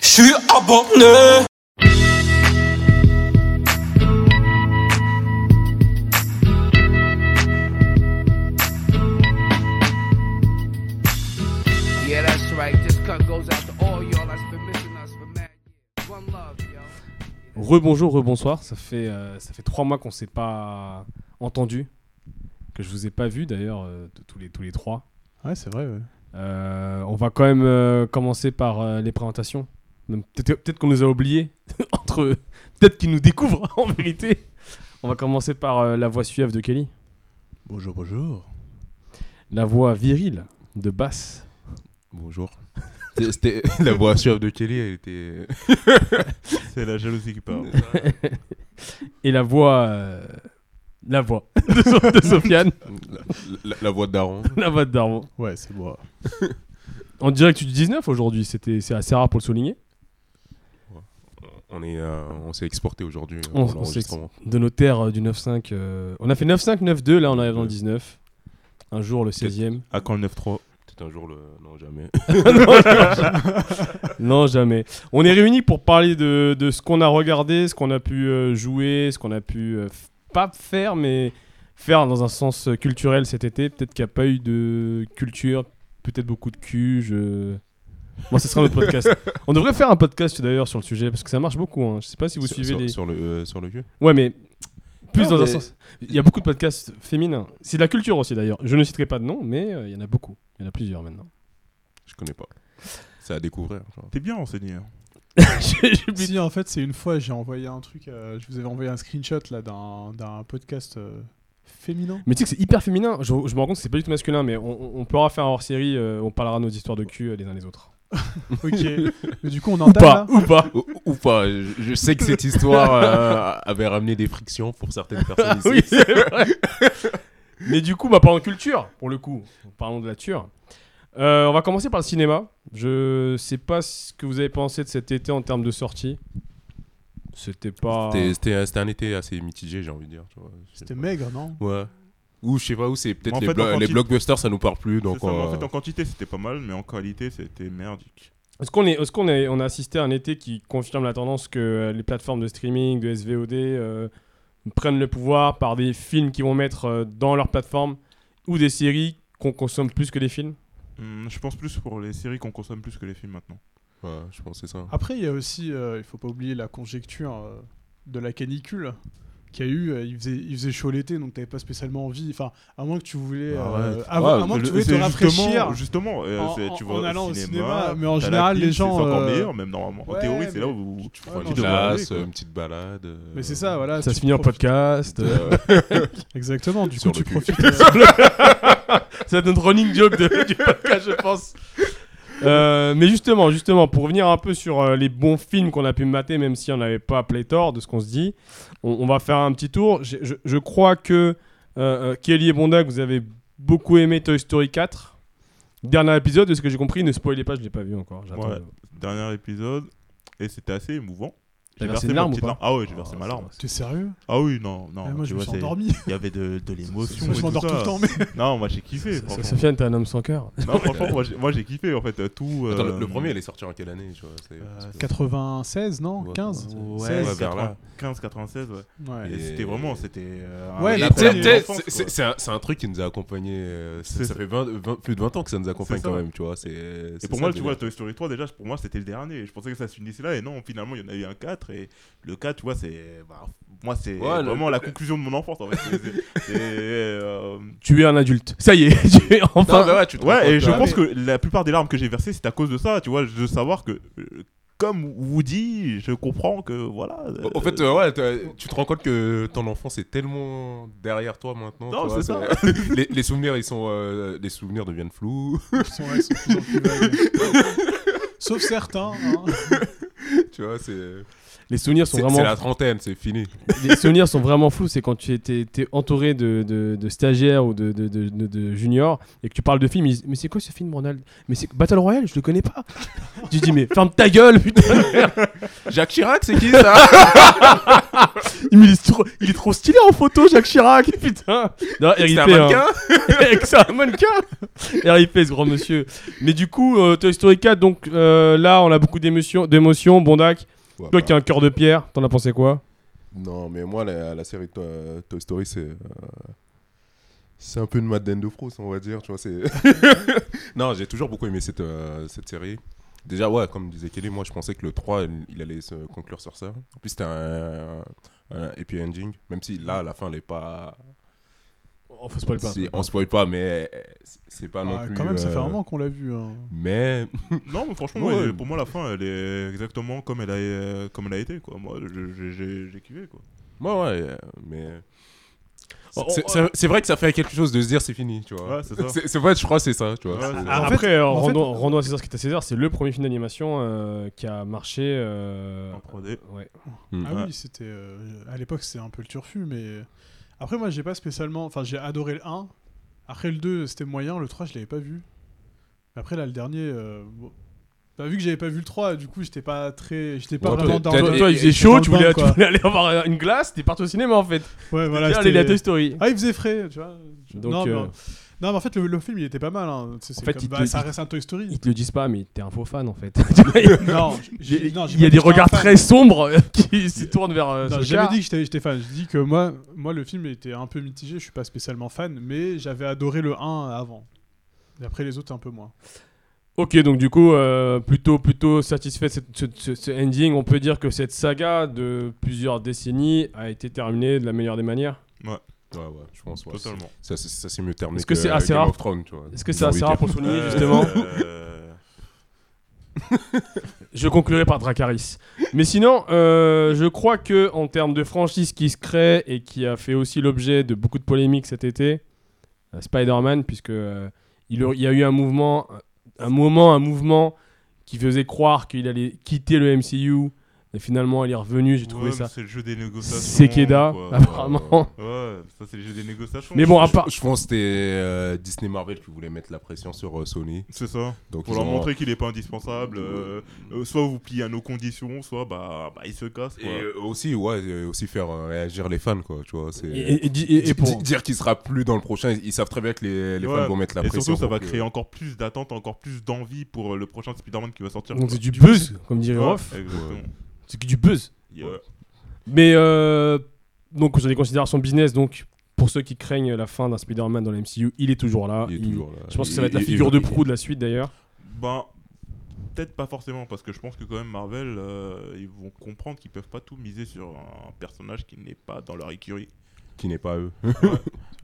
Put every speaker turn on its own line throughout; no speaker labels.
suis abonné.
Yeah, that's right. This cut goes out to all y'all that's been missing us for mad years. One love, yo.
Rebonjour, rebonsoir. Ça fait, euh, ça fait trois mois qu'on s'est pas entendu, que je vous ai pas vu d'ailleurs, euh, de tous, les, tous les trois.
Ouais, c'est vrai. ouais.
Euh, on va quand même euh, commencer par euh, les présentations. Même Peut-être peut-être qu'on nous a oubliés, entre peut-être qu'ils nous découvrent en vérité. On va commencer par euh, la voix suave de Kelly,
Bonjour, bonjour.
la voix virile de Bass.
Bonjour. C'était- C'était la voix suave de Kelly, elle était.
C'est la jalousie qui parle.
et la voix. euh, la voix de, So- de Sofiane,
La, la- la voix de Daron.
la voix de Darwin.
Ouais, c'est moi.
En direct du 19 aujourd'hui, c'était- c'est assez rare pour le souligner.
On est, euh, on s'est exporté aujourd'hui. euh,
On-
pour
on s'est
l'enregistrement.
de nos terres euh, du 9-5. euh, on a fait 9-5, 9-2, là on arrive dans le
Ouais.
19. Un jour le 16e.
À quand le 9-3
Peut-être un jour le. Non, jamais.
Non, jamais. On est réunis pour parler de, de ce qu'on a regardé, ce qu'on a pu euh, jouer, ce qu'on a pu euh, f- pas faire, mais faire dans un sens euh, culturel cet été. Peut-être qu'il n'y a pas eu de culture, peut-être beaucoup de cul. Je... Bon, ce sera notre podcast. on devrait faire un podcast d'ailleurs sur le sujet parce que ça marche beaucoup. hein. Je sais pas si vous
sur,
suivez
sur-
les.
sur le, euh, sur le jeu.
Ouais, mais plus
Non,
dans un
mais-
sens. Il y a beaucoup de podcasts féminins. C'est de la culture aussi d'ailleurs. Je ne citerai pas de nom, mais euh, il y en a beaucoup. Il y en a plusieurs maintenant.
Je connais pas. C'est à découvrir. genre.
T'es bien renseigné. hein.
J'ai- j'ai oublié.
Si, en fait, c'est une fois, j'ai envoyé un truc. euh, je vous avais envoyé un screenshot là d'un d'un podcast euh, féminin.
mais tu sais que c'est hyper féminin. Je, je me rends compte que c'est pas du tout masculin, mais on, on- on pourra faire un hors série. on parlera de nos histoires de cul euh, les uns les autres.
Ok. Mais du coup, on
Ou
entame
pas,
là.
ou pas.
Ou, ou pas. Je, je sais que cette histoire euh, avait ramené des frictions pour certaines personnes ici.
Ah Oui, c'est vrai. mais du coup, bah, parlons de culture, pour le coup. Parlons de la ture. Euh, on va commencer par le cinéma. Je sais pas ce que vous avez pensé de cet été en termes de sortie. C'était pas.
C'était- C'était c'était un été assez mitigé, j'ai envie de dire. tu vois. Je sais
C'était
pas.
maigre, non
Ouais. Ou je sais pas où c'est.
Mais
Peut-être
en
les,
fait,
blo-
en
les
quanti-
blockbusters, ça nous parle plus.
C'est
Donc
ça, mais en
euh,
fait, en quantité, c'était pas mal, mais en qualité, c'était merdique.
Est-ce qu'on est, est-ce qu'on est, on a assisté à un été qui confirme la tendance que euh, les plateformes de streaming, de SVOD, euh, prennent le pouvoir par des films qu'ils vont mettre euh, dans leur plateforme ou des séries qu'on consomme plus que des films
Hum, je pense plus pour les séries qu'on consomme plus que les films maintenant.
ouais, je pense que c'est ça.
Ah,
Après, il y a aussi, euh, il faut pas oublier la conjecture euh, de la canicule qu'il y a eu. euh, il, faisait, il faisait chaud l'été, donc t'avais pas spécialement envie. Enfin, à moins que tu voulais. euh,
Arrête.
à, moins- à
Bah Ouais,
moins que
Ah, le-
tu voulais te
c'est
rafraîchir.
Justement, justement euh,
en-
c'est-
en-
tu
en
vas
allant au
au
cinéma,
cinéma.
mais en
t'as la
général, les
clim,
gens,
C'est encore
euh,
meilleur, même normalement. En
ouais,
théorie,
mais-
c'est là où où tu
Ouais,
prends
non,
Une
une
je-
glace.
glace,
aller, quoi.
une petite balade. euh,
Mais c'est ça, voilà.
Ça
tu
se finit en
profites-
podcast.
euh,
Exactement, du
Sur
coup,
le
tu
cul.
profites.
C'est notre running joke de- du podcast, je pense. Euh, mais justement, justement, pour revenir un peu sur euh, les bons films qu'on a pu mater, même si on n'avait pas pléthore de ce qu'on se dit, on, on va faire un petit tour. J'ai- Je, je crois que euh, euh, Kelly et Bondac, vous avez beaucoup aimé Toy Story 4. Dernier épisode, de ce que j'ai compris, ne spoilez pas, je ne l'ai pas vu encore. j'attends.
Ouais. Dernier épisode, et c'était assez émouvant.
T'as
J'ai
versé
versé
une
ma
larme ou
petite
pas
larme. Ah ouais, j'ai versé ma
Ah,
larme.
ça
T'es sérieux
Ah oui, non, non.
Ah, Moi,
tu
je me
vois,
suis
c'est-
endormi.
Il y avait de de l'émotion.
Moi, je
et
m'endors tout
ça.
le temps, mais.
Non, moi j'ai kiffé.
va.
franchement.
Sofiane, t'es un homme sans cœur.
Non, franchement, moi, j'ai- moi j'ai kiffé en fait. euh, Tout.
Attends, le-
euh,
le premier, il est sorti en quelle année tu vois, c'est-
euh,
parce que-
96, non 15
Ouais,
16.
vers là.
15, 96, ouais.
Ouais.
Et
Et-
c'était vraiment, c'était. euh, un
Ouais,
réel
les
Et
la
t'sais-
de
première
t'sais,
l'enfance,
c'est-
quoi.
c'est- c'est un- C'est un truc qui nous a accompagné. euh, Ça
C'est
ça
ça.
fait 20 20 plus de 20 ans que ça nous accompagne
C'est ça.
quand même, tu vois. c'est-
Et
c'est
pour
ça,
moi,
le
tu vois,
délire.
Toy Story 3, déjà, pour moi, c'était le dernier. Je pensais que ça se finissait là, et non, finalement, il y en a eu un 4. Et le 4, tu vois, c'est. bah, moi, c'est
Ouais, le-
vraiment la conclusion de mon enfance, en fait. C'est- c'est- c'est, euh,
Tu es un adulte. Ça y est, tu es enfin.
Non, mais ouais, tu te rends
Ouais, et
compte,
je
ouais.
pense que la plupart des larmes que j'ai versées, c'est à cause de ça, tu vois, de savoir que. euh, Comme Woody, je comprends que voilà.
Au- Au fait,
euh,
euh, ouais, t'as- tu te rends compte que ton enfance est tellement derrière toi maintenant.
Non,
tu vois,
c'est ça.
c'est- les, les souvenirs, ils sont, euh, les souvenirs deviennent flous.
Ils sont, ouais, ils sont de plus en plus vagues. Sauf certains. hein.
tu vois, c'est
Les souvenirs sont
c'est-
vraiment
c'est la trentaine, c'est fini.
les souvenirs sont vraiment flous, c'est quand tu étais t'es entouré de, de- de stagiaires ou de, de- de- de- de juniors et que tu parles de films, ils disent Mais c'est quoi ce film, Ronald Mais c'est Battle Royale, je le connais pas. tu dis Mais ferme ta gueule, putain
Jacques Chirac, c'est qui ça
Il est, trop, il est trop stylé en photo, Jacques Chirac, putain. Non,
C'est
RIP,
un
hein.
mannequin
Et que c'est un mannequin RIP ce grand monsieur. Mais du coup, euh, Toy Story 4, donc euh, là, on a beaucoup d'émotions. d'émotions. Bondac,
Ouais,
toi
bah,
qui as un cœur de pierre, t'en as pensé quoi
Non, mais moi, la, la série Toy, Toy Story, c'est. euh, c'est un peu une Madeleine de Proust, on va dire. Tu vois, c'est. non, j'ai toujours beaucoup aimé cette, euh, cette série. Déjà, ouais, comme disait Kelly, moi, je pensais que le 3, il- il allait se conclure sur ça. En plus, c'était un, un happy ending. Même si là, à la fin, elle est pas.
On faut spoil
c'est- on spoil pas, mais c'est- c'est pas non
Ah,
plus.
quand même, ça fait
euh,
un moment qu'on l'a vu. hein.
Mais
Non, mais franchement,
Ouais.
elle est- pour moi, la fin, elle est exactement comme elle a, euh, comme elle a été. Quoi. Moi, je- j'ai- j'ai j'ai kiffé. Quoi.
Ouais, ouais, euh, mais.
Oh,
C'est-
oh,
C'est c'est vrai que ça fait quelque chose de se dire c'est fini, tu vois.
Ouais, c'est ça.
C'est c'est vrai, je crois, que c'est ça, tu vois.
Ouais, c'est ça.
Ah, en fait-
Après, euh,
en fait-
rendons, rendons à César ce qui est à César, c'est le premier film d'animation euh, qui a marché. euh,
En 3D.
ouais.
Mm.
Ah oui, c'était. euh, à l'époque, c'était un peu le turfu, mais. Après, moi, j'ai pas spécialement. Enfin, j'ai adoré le 1. Après, le 2, c'était moyen. Le 3, je l'avais pas vu. Mais après, là, le dernier. euh, bon. Bah, vu que j'avais pas vu le 3, du coup, j'étais pas très. J'étais pas
Ouais,
vraiment
peut-être-
dans
peut-être-
le-
Et-
Toi, il faisait
et-
chaud,
dans
tu
le
voulais,
bain,
tu
quoi.
voulais aller voir une glace, t'es parti au cinéma en fait.
Ouais, voilà.
Aller à
c'était-
Toy Story.
Ah, il faisait frais, tu vois.
Donc,
non, mais,
euh,
non, mais en fait, le, le film, il était pas mal. hein. C'est- c'est
fait,
comme-
il te-
bah, ça
il-
reste un Toy Story.
Ils te le disent pas, mais t'es un faux fan en fait. Tu vois, il-
non, j'ai-
il y a-
non, j'ai
il y
pas
a des
dit que j'étais un
regards
fan.
très sombres euh, qui se tournent vers. euh,
Non,
ce
J'ai jamais
gars.
dit que j'étais- j'étais fan. Je dis que moi, moi, le film était un peu mitigé. Je suis pas spécialement fan, mais j'avais adoré le 1 avant. Et après, les autres, un peu moins.
Ok, donc du coup, euh, plutôt, plutôt satisfait de cette- ce, ce- ce ending. On peut dire que cette saga de plusieurs décennies a été terminée de la meilleure des manières.
Ouais, ouais, je pense. ouais.
Totalement.
Ça, c'est- ça c'est mieux terminé.
Est-ce que c'est assez
Game
rare
of Thrones, tu vois.
Est-ce que
Ils
c'est
ont
assez
été-
rare pour souligner justement
Euh,
Je conclurai par Dracaris. Mais sinon, euh, je crois que en termes de franchise qui se crée et qui a fait aussi l'objet de beaucoup de polémiques cet été, euh, Spider-Man, puisque euh, il, y a eu un mouvement, un moment, un mouvement qui faisait croire qu'il allait quitter le MCU. Et finalement, il est revenu. J'ai trouvé
ouais, mais
ça.
C'est le jeu des négociations.
Sekeda,
quoi.
apparemment.
Ouais, ça, c'est le jeu des négociations.
Mais bon, à
Je-
part.
Je pense que c'était euh, Disney Marvel qui voulait mettre la pression sur euh, Sony.
C'est ça.
Donc,
Pour
ils
leur
ont-
montrer qu'il est pas indispensable. euh, euh, soit vous pliez à nos conditions, soit bah, bah il se casse.
Et
Quoi.
euh, aussi, ouais, et aussi faire euh, réagir les fans, quoi, tu vois. c'est-
Et, et- et di- et- et
Di-
pour.
Dire qu'il sera plus dans le prochain, ils ils savent très bien que les, les
Ouais.
fans vont mettre la
Et
pression.
surtout, ça
pour
va
que-
créer encore plus d'attente, encore plus d'envie pour euh, le prochain Spider-Man qui va sortir.
Donc
quoi.
c'est du buzz, comme dirait
Ouais,
Rof.
Exactement.
C'est que du buzz.
Yeah.
Mais euh, donc, j'en ai considéré son business. Donc, pour ceux qui craignent la fin d'un Spider-Man dans le MCU, il est toujours là.
Il est
Il-
toujours là.
Je pense que
Il-
ça va être la
il- il-
figure de proue de la suite d'ailleurs.
Ben, peut-être pas forcément, parce que je pense que quand même Marvel, euh, ils vont comprendre qu'ils peuvent pas tout miser sur un personnage qui n'est pas dans leur écurie.
Qui n'est pas eux.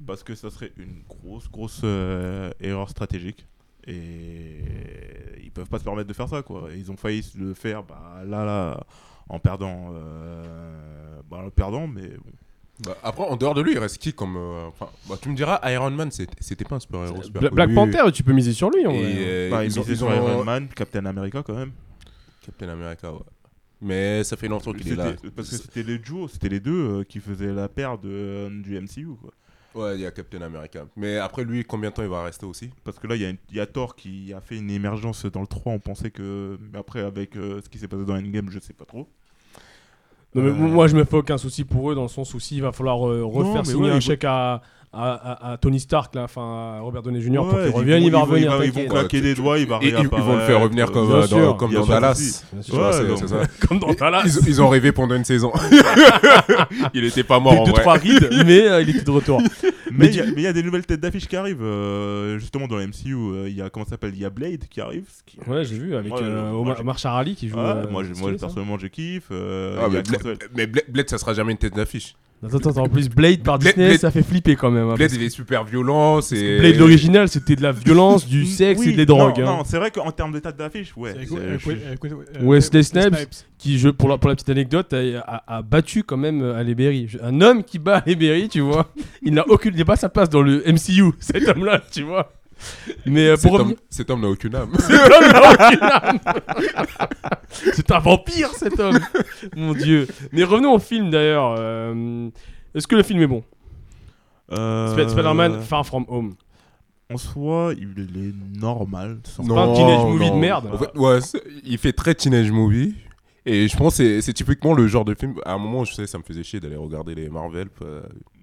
Parce que ça serait une grosse, grosse euh, erreur stratégique. Et ils peuvent pas se permettre de faire ça, quoi. Ils ont failli le faire, bah là, là, en perdant. euh, bah, en le perdant, mais bon.
Bah, après, en dehors de lui, il reste qui comme. euh, enfin, bah, tu me diras, Iron Man, c'était c'était pas un super-héros. super
Bla- Black
connu.
Panther, tu peux miser sur lui. en
Et,
vrai.
euh,
Bah, ils,
ils ont-
misaient
ils
sur
ont-
Iron Man, Captain America quand même.
Captain America, ouais. Mais ça fait longtemps qu'il est là.
C'était- Parce que c'était les duos, c'était les deux euh, qui faisaient la paire de, euh, du MCU, quoi.
Ouais, il y a Captain America. Mais après, lui, combien de temps il va rester aussi
Parce que là, il y, a une- il y a Thor qui a fait une émergence dans le 3. On pensait que. Mais après, avec euh, ce qui s'est passé dans Endgame, je sais pas trop.
Non, mais
Euh,
Moi, je me fais aucun souci pour eux dans le sens où s'il va falloir euh, refaire
mais
signer
ouais,
un
ils-
chèque à, à, à- à Tony Stark, là, enfin à Robert Downey Jr. pour
Ouais,
qu'il
ils
revienne.
vont-
Il va
ils vont-
revenir.
ils vont- Ils
t'inquiète.
vont claquer les doigts, il va
Et ils, ils vont le faire revenir comme,
Bien
euh, dans,
sûr.
comme
Y a
dans
pas de
Dallas.
souci.
Bien sûr.
Tu vois, c'est-
Ouais,
c'est
donc-
ça.
Comme dans Dallas.
Ils, ils ont rêvé pendant une saison. il était pas mort
Des
en
deux
vrai.
trois rides, mais euh, il était de retour.
Mais il y a- mais il y, a des nouvelles têtes d'affiche qui arrivent. euh, justement, dans le MCU, euh, il y a. Comment ça s'appelle Il y a Blade qui arrive. ce qui-
Ouais, j'ai vu avec
Moi,
euh,
moi,
Omar,
j'ai-
Omar Sharali qui joue.
Ouais,
euh,
moi, j'ai- moi,
stylé, ça.
personnellement, je kiffe. euh,
Ah,
il y
mais
a
Blade, mais Blade- Blade, ça sera jamais une tête d'affiche.
Attends, attends, attends, en plus Blade par
Blade-
Disney,
Blade-
ça fait flipper quand même. hein,
Blade,
parce
il est super violent.
que
C'est
Blade l'original, c'était de la violence, du sexe et
Mm, Oui,
des drogues.
Non,
hein.
non, c'est vrai qu'en termes de têtes d'affiche, ouais.
C'est-
c'est-
euh,
je-
euh, euh,
Wesley
euh,
Snipes. qui, je, pour, la, pour la petite anecdote, a, a- a battu quand même euh, Halle Berry. Je- Un homme qui bat Halle Berry, tu vois, il n'a aucune, il n'a pas sa place dans le MCU, cet homme-là, tu vois. Mais euh,
Cet
pour
homme,
revenir,
cet homme n'a aucune âme.
cet homme n'a aucune âme. c'est un vampire, cet homme. Mon Dieu. Mais revenons au film d'ailleurs. Euh, Est-ce que le film est bon
Euh,
Sp- Spider-Man Far From Home.
En soi, il est normal. sans-
pas un teenage movie de merde.
En fait, ouais, c'est- il fait très teenage movie. Et je pense que c'est- c'est typiquement le genre de film. À un moment, je sais, ça me faisait chier d'aller regarder les Marvel euh,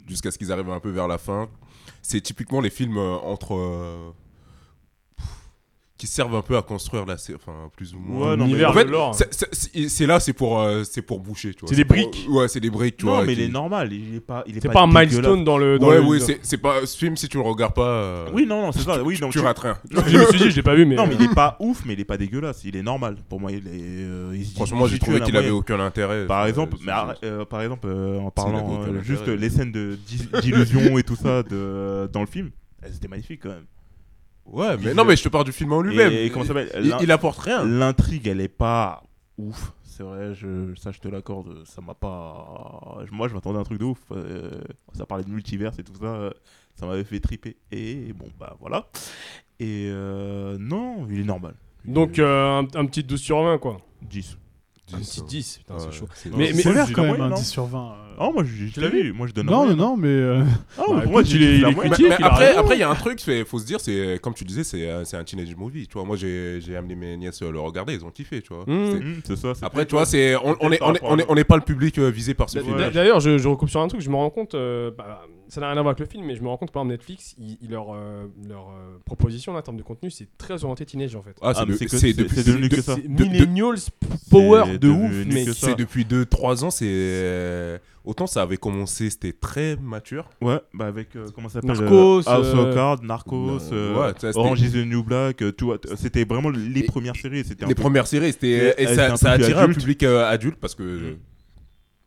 jusqu'à ce qu'ils arrivent un peu vers la fin. C'est typiquement les films euh, entre. euh, pff, qui servent un peu à construire la série. Enfin, plus ou moins.
Ouais, non, mais-
L'univers
En fait,
de l'or.
C'est- c'est- C'est c'est là, c'est pour, euh, c'est pour boucher. tu vois.
C'est des
pour-
briques.
Ouais, c'est des briques. Tu
Non,
vois,
mais
qui-
il est normal. Il est pas. il est
C'est pas un
dégueulasse.
milestone dans le. Dans
Ouais,
le-
oui, c'est c'est pas ce film si tu le regardes pas. euh,
Oui, non, non, c'est ça. Oui, donc
tu
tu-
rates rien.
Je me suis dit, je l'ai pas vu, mais. euh,
Non, mais il est pas ouf, mais il est pas dégueulasse. Il est normal. Pour moi, il est. euh, il se dit-
Franchement, j'ai
si tu
trouvé
as
qu'il
la
avait
moyenne.
aucun intérêt.
Par
Euh,
exemple,
ce
mais
film.
arr- euh, par exemple, euh, en
il avait
parlant
aucun
euh, juste
intérêt.
les scènes de dis- d'illusion et tout ça de, dans le film, elles étaient magnifiques quand même.
Ouais, mais
il-
non, mais je te parle du film en lui-même.
Et, comment ça s'appelle
Il,
L'in-
il apporte rien.
L'intrigue, elle est pas ouf. C'est vrai, je, ça je te l'accorde. Ça m'a pas. Moi, je m'attendais à un truc de ouf. euh, ça parlait de multivers et tout ça. euh, Ça m'avait fait triper. Et bon, bah voilà. Et euh, non, il est normal.
Donc,
Euh,
euh, un, un petit 12 sur 20, quoi.
10.
Un petit 10, putain, c'est
Ouais,
chaud.
c'est-
Mais-
c'est-
mais-
C'est l'air
euh, c'est
quand
la
même un
moyenne,
10
non
sur 20. euh.
Oh, moi, je, je
Tu
l'ai
l'as vu
vu. Moi, je donne.
non,
un
non,
moyen.
non, mais euh,
Ah, pour
Bah,
moi,
écoute,
j'ai
il est-
dit
il
la
est
moyenne.
critique,
mais
il a
après,
raison.
après, il y a un truc, c'est, faut se dire, c'est comme tu disais, c'est, euh, c'est un teenage movie. Tu vois, moi, j'ai, j'ai amené mes nièces euh, le regarder, ils ont kiffé, tu vois.
Mhm.
C'est-
Mmh, C'est ça. c'est
Après,
tout,
tu vois, c'est, on, on est, on est, on est, on est pas le public euh, visé par ce
Bah,
D'a-
film.
d'a- D'ailleurs, je, je recoupe sur un truc, je me rends compte, euh, bah, ça n'a rien à voir avec le film, mais je me rends compte par exemple, Netflix, ils- ils leur, euh, leur euh, proposition là, en termes de contenu, c'est très orienté teenage en fait.
Ah, c'est,
Ah, mais
de-
c'est que-
c'est
c'est-
depuis,
c'est devenu que ça.
C'est
de- de-
millennials power de
devenu
ouf,
que
mec.
ça.
c'est depuis 2-3 ans, c'est. euh, Autant ça avait commencé, c'était très mature.
Ouais, bah avec euh, comment ça s'appelle
Narcos,
euh, House of
euh,
Cards, Narcos,
euh,
euh,
ouais, ça, c'était-
Orange is the New Black, euh, tu vois, t- c'était vraiment les
Et-
premières séries, c'était un
Les
peu-
premières séries, c'était.
Et-
Et,
et c'était
ça,
un
ça
public
attirait
adulte.
un public euh, adulte parce que.
Mhm.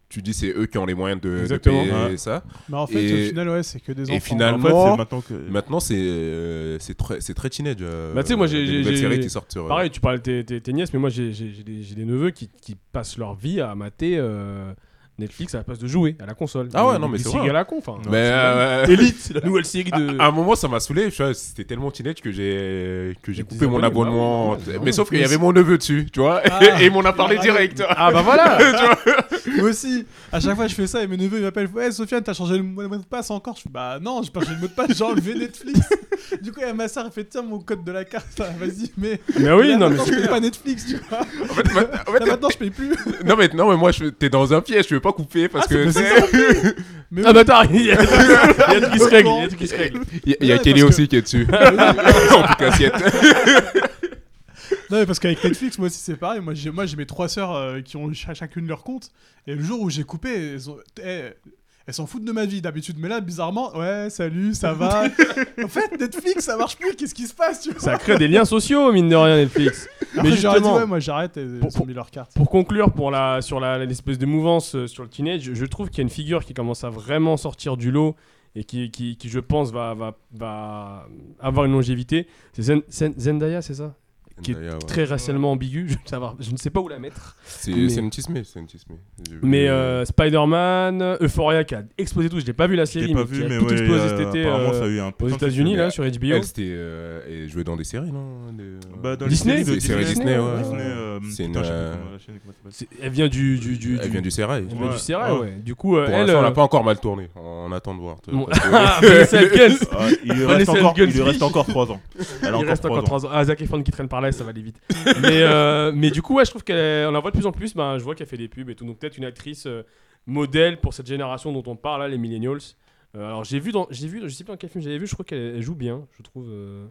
Tu dis, c'est eux qui ont les moyens de- de,
Exactement.
payer
Ouais.
ça.
bah, en fait,
Et-
au final, ouais, c'est que des
et
enfants.
finalement,
En fait,
Moi-
c'est maintenant que
Maintenant, c'est euh, c'est très, c'est très teenage. euh,
Bah, tu sais, moi, j'ai-
les
j'ai-
nouvelles
j'ai-
séries qui sortent sur. euh,
Pareil, tu parles de tes, tes- tes nièces, mais moi j'ai j'ai- j'ai des, j'ai des neveux qui, qui passent leur vie à mater euh, Netflix à la place de jouer à la console.
Ah ouais,
Des-
non, mais
des
c'est
séries
vrai.
à la con, enfin.
Mais euh,
Elite, la nouvelle série de.
à un moment, ça m'a saoulé. tu vois, C'était tellement teenage que j'ai que j'ai
Mais
coupé mon
désabonné,
abonnement.
bah ouais, ouais,
mais sauf qu'il y
mais
avait mon neveu dessus, tu vois,
Ah.
et il m'en a parlé direct.
Ah bah voilà
Moi aussi, à chaque fois je fais ça et mes neveux ils m'appellent Ouais, Sofiane, t'as changé le mot le mot de passe encore Je fais Bah non, j'ai pas changé le mot de passe, j'ai enlevé Netflix. du coup, il y a ma soeur, elle fait Tiens, mon code de la carte, Ah, vas-y, mais.
Mais oui,
Là,
non mais
maintenant, je paye pas Netflix, tu vois.
En fait, ma- en fait,
Là, maintenant, je paye plus.
non mais non mais moi, je- t'es dans un piège. Tu veux pas couper parce
Ah,
que
c'est Mais
Ah
oui.
bah attends, il y a il y a tout qui se règle, il y a tout qui se règle.
il y, a- il y a
Ouais,
Kelly
parce que-
aussi qui est dessus. en toute assiette.
Non, mais parce qu'avec Netflix, moi aussi c'est pareil. Moi j'ai, moi, j'ai mes trois sœurs euh, qui ont ch- chacune leur compte. Et le jour où j'ai coupé, elles, ont- eh, elles s'en foutent de ma vie d'habitude. Mais là, bizarrement, ouais, salut, ça va. en fait, Netflix, ça marche plus. Qu'est-ce qui se passe, tu vois
Ça crée des liens sociaux, mine de rien, Netflix.
Après,
Mais
j'aurais dit,
justement-
ouais, moi j'arrête. Elles,
Pour-
elles ont
pour-
mis leur carte.
Pour conclure pour la, sur la- l'espèce de mouvance euh, sur le teenage, je, je trouve qu'il y a une figure qui commence à vraiment sortir du lot et qui, qui, qui, je pense, va, va, va avoir une longévité. C'est Zen- Zen- Zendaya, c'est ça Qui est
Zendaya, ouais.
Très racialement ambigu, je, veux savoir- je ne sais pas où la mettre.
C'est
mais-
c'est une tismée, c'est une tismée. J'ai vu,
Mais
euh,
euh, Spider-Man, Euphoria qui a explosé tout, je l'ai pas vu la
je
série,
l'ai pas
mais qui
vu
a
mais
tout
ouais,
explosé
euh,
cet été
apparemment,
euh,
ça a eu un
aux
putain de-
États-Unis,
mais
là,
elle-
sur HBO.
elle, c'était euh, et jouait dans des séries, non Des, euh,
Bah, dans
Disney,
les séries de
c'est- c'est Disney, ouais.
Disney, euh,
C'est
putain,
une,
je sais plus
euh,
comment la chaîne, comment ça s'appelle.
C'est- Elle vient du. du, du,
Elle
du-
vient du sérail.
elle
Pour
vient du
Ouais. Ah
Serra,
Ouais.
ouais. Du coup, euh, elle.
l'instant, on
euh,
l'a pas encore mal tourné. On attend de voir. tu
bon.
vois, parce que-
Ah, Vanessa Hudgens.
Ah, il lui
Vanessa
reste encore il lui
Hudgens.
reste encore 3 ans. Elle a
Il reste encore
trois
3
ans.
ans. Ah, Zac Efron qui traîne par là, ça va aller vite. mais, euh, mais du coup, ouais, je trouve qu'on la voit de plus en plus. Ben, je vois qu'elle fait des pubs et tout. Donc, peut-être une actrice euh, modèle pour cette génération dont on parle, là, les millennials. Euh, alors, j'ai vu, dans, j'ai vu, je sais plus dans quel film j'avais vu, je crois qu'elle elle joue bien, je trouve. euh,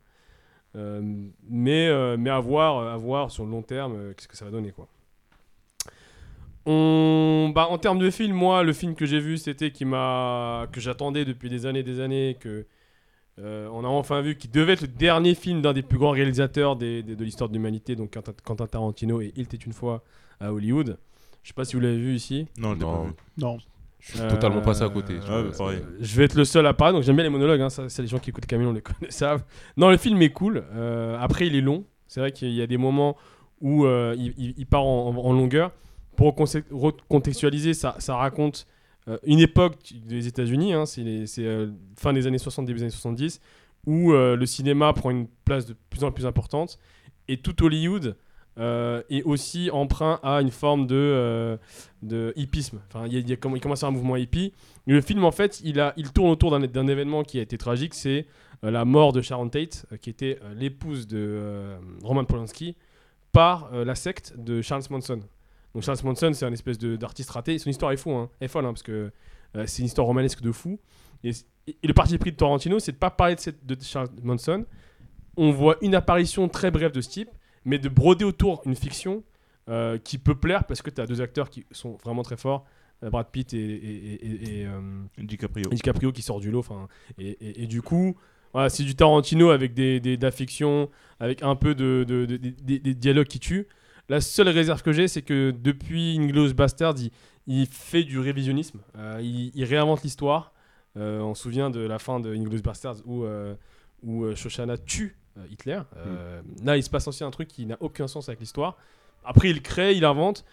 euh, mais, euh, mais à, voir, euh, à voir sur le long terme, euh, qu'est-ce que ça va donner, quoi. On... Bah, en termes de film, moi, le film que j'ai vu c'était qui m'a que j'attendais depuis des années, des années, que euh, on a enfin vu, qui devait être le dernier film d'un des plus grands réalisateurs des- des- de l'histoire de l'humanité, donc Quentin, Quentin Tarantino et Il était une fois à Hollywood. Je sais pas si vous l'avez vu ici.
Non, je l'ai
Non.
pas vu.
Non.
Je suis totalement passé à côté.
Euh,
Je-
ouais, pareil.
Je vais être le seul à parler, donc j'aime bien les monologues. hein, ça, c'est les gens qui écoutent Camille, on les connaît, savent. Non, le film est cool. euh, après, il est long. C'est vrai qu'il y a des moments où euh, il, il- il part en, en longueur. Pour conse- recontextualiser, ça, ça raconte euh, une époque des États-Unis. hein, c'est les- c'est, euh, fin des années 60, début des années 70, où euh, le cinéma prend une place de plus en plus importante. Et tout Hollywood euh, est aussi emprunt à une forme de, euh, de hippisme. Enfin, il, y a- il y a comme- il commence à avoir un mouvement hippie. Le film, en fait, il, a, il tourne autour d'un- d'un événement qui a été tragique, c'est euh, la mort de Sharon Tate, euh, qui était euh, l'épouse de euh, Roman Polanski, par euh, la secte de Charles Manson. Donc Charles Manson, c'est un espèce de- d'artiste raté. Son histoire est fou, hein. Elle est folle, hein, parce que euh, c'est une histoire romanesque de fou. Et, et le parti pris de Tarantino, c'est de pas parler de, cette, de Charles Manson. On voit une apparition très brève de ce type, mais de broder autour une fiction euh, qui peut plaire parce que tu as deux acteurs qui sont vraiment très forts, euh, Brad Pitt et, et, et- et- et, euh,
DiCaprio.
et DiCaprio qui sort du lot. enfin, Et, et- et du coup, voilà, c'est du Tarantino avec des, des, de la fiction, avec un peu de, de- de- des- des dialogues qui tuent. La seule réserve que j'ai, c'est que depuis Inglourious Bastard, il, il fait du révisionnisme. Euh, il, il réinvente l'histoire. Euh, on se souvient de la fin de Inglourious Bastard où, euh, où euh, Shoshana tue euh, Hitler. Euh, Là, il se passe aussi un truc qui n'a aucun sens avec l'histoire. Après, il crée, il invente.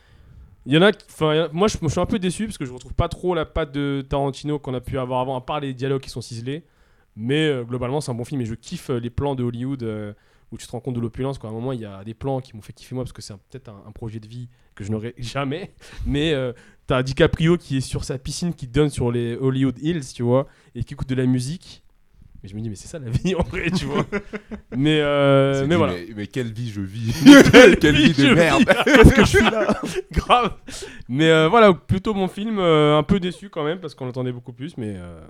Il y en a qui- enfin, il y en a- moi, je, je suis un peu déçu parce que je retrouve pas trop la patte de Tarantino qu'on a pu avoir avant, à part les dialogues qui sont ciselés. Mais euh, globalement, c'est un bon film et je kiffe euh, les plans de Hollywood euh, où tu te rends compte de l'opulence. quoi. À un moment, il y a des plans qui m'ont fait kiffer moi parce que c'est un- peut-être un, un projet de vie que je n'aurai jamais. Mais euh, t'as DiCaprio qui est sur sa piscine qui donne sur les Hollywood Hills, tu vois, et qui écoute de la musique. Mais je me dis, mais c'est ça la vie en vrai, tu vois. mais euh,
C'est
mais
dit,
voilà.
Mais, mais quelle vie je vis
Quelle
Quelle
vie
vie
je
de merde
Parce que je suis là. Grave. Mais euh, voilà, plutôt mon film, euh, un peu déçu quand même parce qu'on attendait beaucoup plus, mais euh,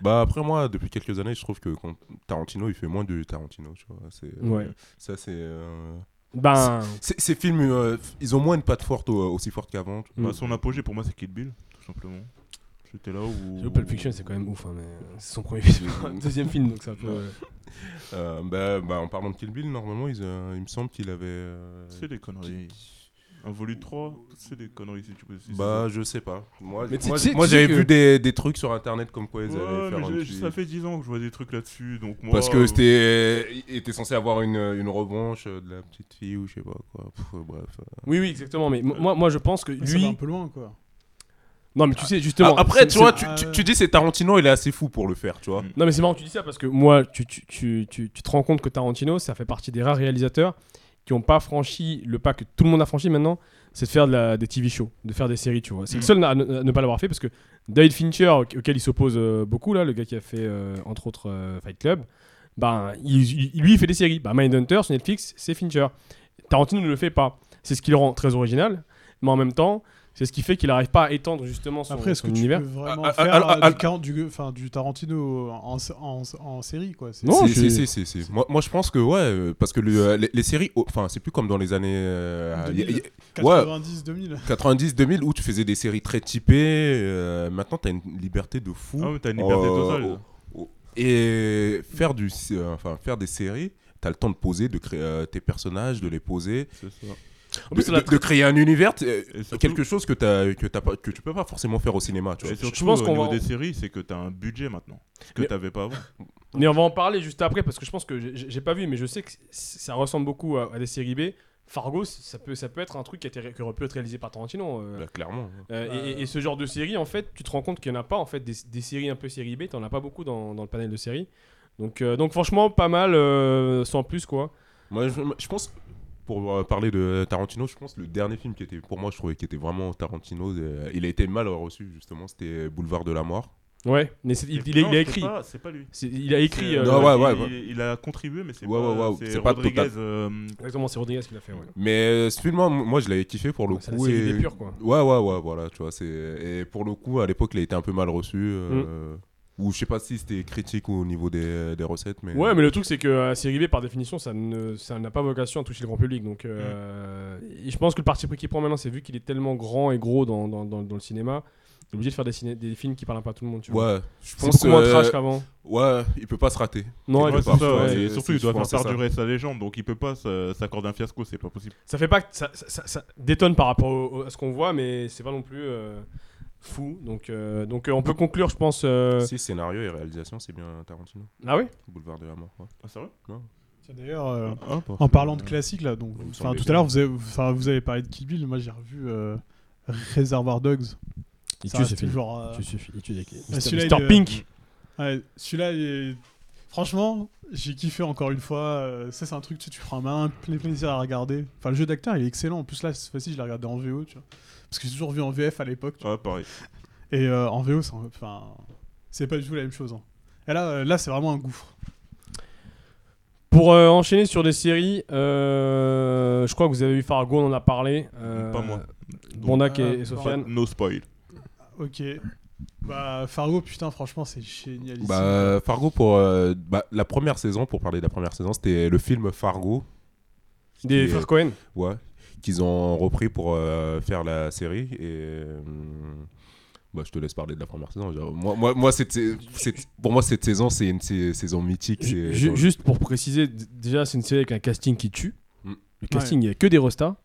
Bah après moi, depuis quelques années, je trouve que quand Tarantino, il fait moins du Tarantino, tu vois. C'est, euh,
Ouais.
Ça c'est... euh,
ben
c'est- Ces films, euh, ils ont moins une patte forte, au- aussi forte qu'avant. tu vois.
Bah, son apogée pour moi c'est Kill Bill, tout simplement. J'étais là où.
Pulp Fiction c'est quand même ouf, hein, mais c'est son premier film, deuxième film donc c'est un peu. euh,
Euh, bah, bah, en parlant de Kill Bill, normalement, ils, euh, il me semble qu'il avait... euh,
C'est des conneries. Un volume 3, c'est des conneries si tu peux. si
Bah je sais pas. Moi,
Mais tu-
moi,
tu sais-
moi,
tu sais
j'avais
que-
vu des, des trucs sur internet comme quoi ils
c'est ça.
allaient
Ouais,
faire
mais
un
j'ai-
petit-
ça fait 10 ans que je vois des trucs là-dessus, donc moi.
Parce que
euh,
c'était, il était censé avoir une, une revanche euh, de la petite fille ou je sais pas quoi. Pff, euh, bref. euh.
Oui oui exactement, mais m- moi moi je pense que
Ça va un
lui.
peu loin, quoi.
Non mais tu sais justement.
Ah, après,
c'est-
tu vois, tu,
c'est- ah,
tu-
ouais.
tu dis c'est Tarantino, il est assez fou pour le faire, tu vois.
Mm.
Non, mais c'est marrant que tu dis ça parce que moi, tu, tu, tu, tu, tu te rends compte que Tarantino, ça fait partie des rares réalisateurs qui n'ont pas franchi le pas que tout le monde a franchi maintenant, c'est de faire de la- des TV shows, de faire des séries, tu vois. C'est le seul à ne, à ne pas l'avoir fait parce que David Fincher, au- auquel il s'oppose euh, beaucoup, là, le gars qui a fait, euh, entre autres, euh, Fight Club, bah, il, il- lui, il fait des séries. Bah, Mindhunter sur Netflix, c'est Fincher. Tarantino ne le fait pas. C'est ce qui le rend très original, mais en même temps, c'est ce qui fait qu'il n'arrive pas à étendre justement son,
Après, est-ce
son
que tu
univers.
peux vraiment
Ah, ah,
faire
ah, ah,
euh,
ah,
du, 40 du, enfin, du Tarantino en, en, en série, quoi c'est-
Non,
si,
je-
si, si, si, si. Moi, moi, je pense que, ouais, euh, parce que le, euh, les, les séries, oh, enfin, c'est plus comme dans les années euh, y-
2000,
y-
90, 2000.
90, 2000, où tu faisais des séries très typées. euh, maintenant, t'as une liberté de fou.
Ah, mais t'as une liberté
Euh,
totale.
oh, oh. Et faire, du, euh, enfin, faire des séries, t'as le temps de poser, de créer euh, tes personnages, de les poser,
C'est ça.
En plus,
de,
on a
de- de créer un univers, t- euh,
Et surtout-
quelque chose que, t'as- que, t'as pas- que tu peux pas forcément faire au cinéma, tu vois.
Et surtout,
pense
au
qu'on
niveau
va-
des séries, c'est que t'as un budget maintenant. Ce que
Mais-
t'avais pas avant.
Mais on va en parler juste après parce que je pense que j'ai- j'ai j'ai pas vu, mais je sais que c- ça ressemble beaucoup à, à des séries B. Fargo, c- ça peut, ça peut être un truc qui, a été ré- qui aurait pu être réalisé par Tarantino. euh.
Bah, clairement.
Euh, et- et, et ce genre de série, en fait, tu te rends compte qu'il y en a pas. En fait, des, des séries un peu série B, t'en as pas beaucoup dans, dans le panel de séries. Donc, euh, donc franchement, pas mal, euh, sans plus quoi.
Moi, je, je pense, pour euh, parler de Tarantino, je pense que le dernier film qui était, pour moi, je trouvais qui était vraiment Tarantino, euh, il a été mal reçu, justement, c'était Boulevard de la Mort.
Ouais, mais c'est- il, il, a-
Non,
il a
c'est
écrit.
pas- C'est pas lui.
C'est- Il a écrit.
C'est,
euh,
Non, ouais, ouais,
il,
ouais.
il a contribué, mais c'est
Ouais,
pas,
ouais, ouais,
c'est
c'est pas
Rodriguez.
total.
euh,
Exactement, c'est Rodriguez qui l'a fait. Ouais.
Mais euh, ce film, moi, moi, je l'avais kiffé pour le
C'est la
coup.
série
et-
des purs quoi.
Ouais, ouais, ouais, voilà, tu vois. c'est- Et pour le coup, à l'époque, il a été un peu mal reçu. euh, Ou je sais pas si c'était critique au niveau des, des recettes, mais.
Ouais, mais le truc, c'est que la série B, par définition, ça ne- ça n'a pas vocation à toucher le grand public. Donc, euh, et je pense que le parti pris qu'il prend maintenant, c'est vu qu'il est tellement grand et gros dans, dans, dans- dans le cinéma, il est obligé de faire des, ciné- des films qui parlent un peu à tout le monde. Tu vois.
Ouais, je
c'est
pense
beaucoup moins
euh,
trash qu'avant.
Ouais, il peut pas se rater.
Non,
ouais,
il est
c'est
parfois,
ça,
ouais,
et
c'est-
surtout, il
je
doit
pense
faire
que c'est
perdurer sa légende, donc il peut pas s- euh, s'accorder un fiasco, c'est pas possible.
Ça fait pas que- ça, ça- ça- ça détonne par rapport au- au- à ce qu'on voit, mais c'est pas non plus euh, fou. Donc, euh, donc euh, on peut conclure, je pense. euh,
Si, scénario et réalisation, c'est bien Tarantino.
Ah oui
Boulevard de la mort. ouais.
Ah, sérieux
Tiens, D'ailleurs, euh,
Ah, bah.
en parlant de classique, là, donc,
Il me
enfin,
semblait
tout à
bien.
l'heure, vous avez, enfin, vous avez parlé de Kill Bill. Moi, j'ai revu euh, Reservoir Dogs. Ça reste toujours, euh, Ah, celui-là, il
Mr.
est-
Pink.
Ouais, celui-là, il est- franchement, j'ai kiffé encore une fois. euh, Ça, c'est un truc, tu, sais, tu prends un malin pla- plaisir à regarder. Enfin, le jeu d'acteur, il est excellent. En plus, là, cette fois-ci, je l'ai regardé en VO, tu vois. Parce que j'ai toujours vu en VF à l'époque. tu vois.
Ah, pareil.
Et euh, en VO, c'est un- enfin, c'est pas du tout la même chose. hein. Et là, euh, là c'est vraiment un gouffre.
Pour euh, enchaîner sur des séries, euh, je crois que vous avez vu Fargo, on en a parlé. Euh,
Pas moi.
Bondac et,
Ah,
et
pardon.
Sofiane.
No spoil.
Ok. Bah, Fargo, putain, franchement, c'est génialissime.
Bah, Fargo, pour euh, bah, la première saison, pour parler de la première saison, c'était le film Fargo,
Des
Et-
frères Cohen.
ouais, qu'ils ont repris pour euh, faire la série. Et euh, bah, je te laisse parler de la première saison. genre, moi, moi, moi cette sais- cette- pour moi, cette saison, c'est une sais- saison mythique.
Ju-
c'est-
ju- Juste pour préciser, d- déjà, c'est une série avec un casting qui tue.
Mm.
Le casting, il n'y a que des restas.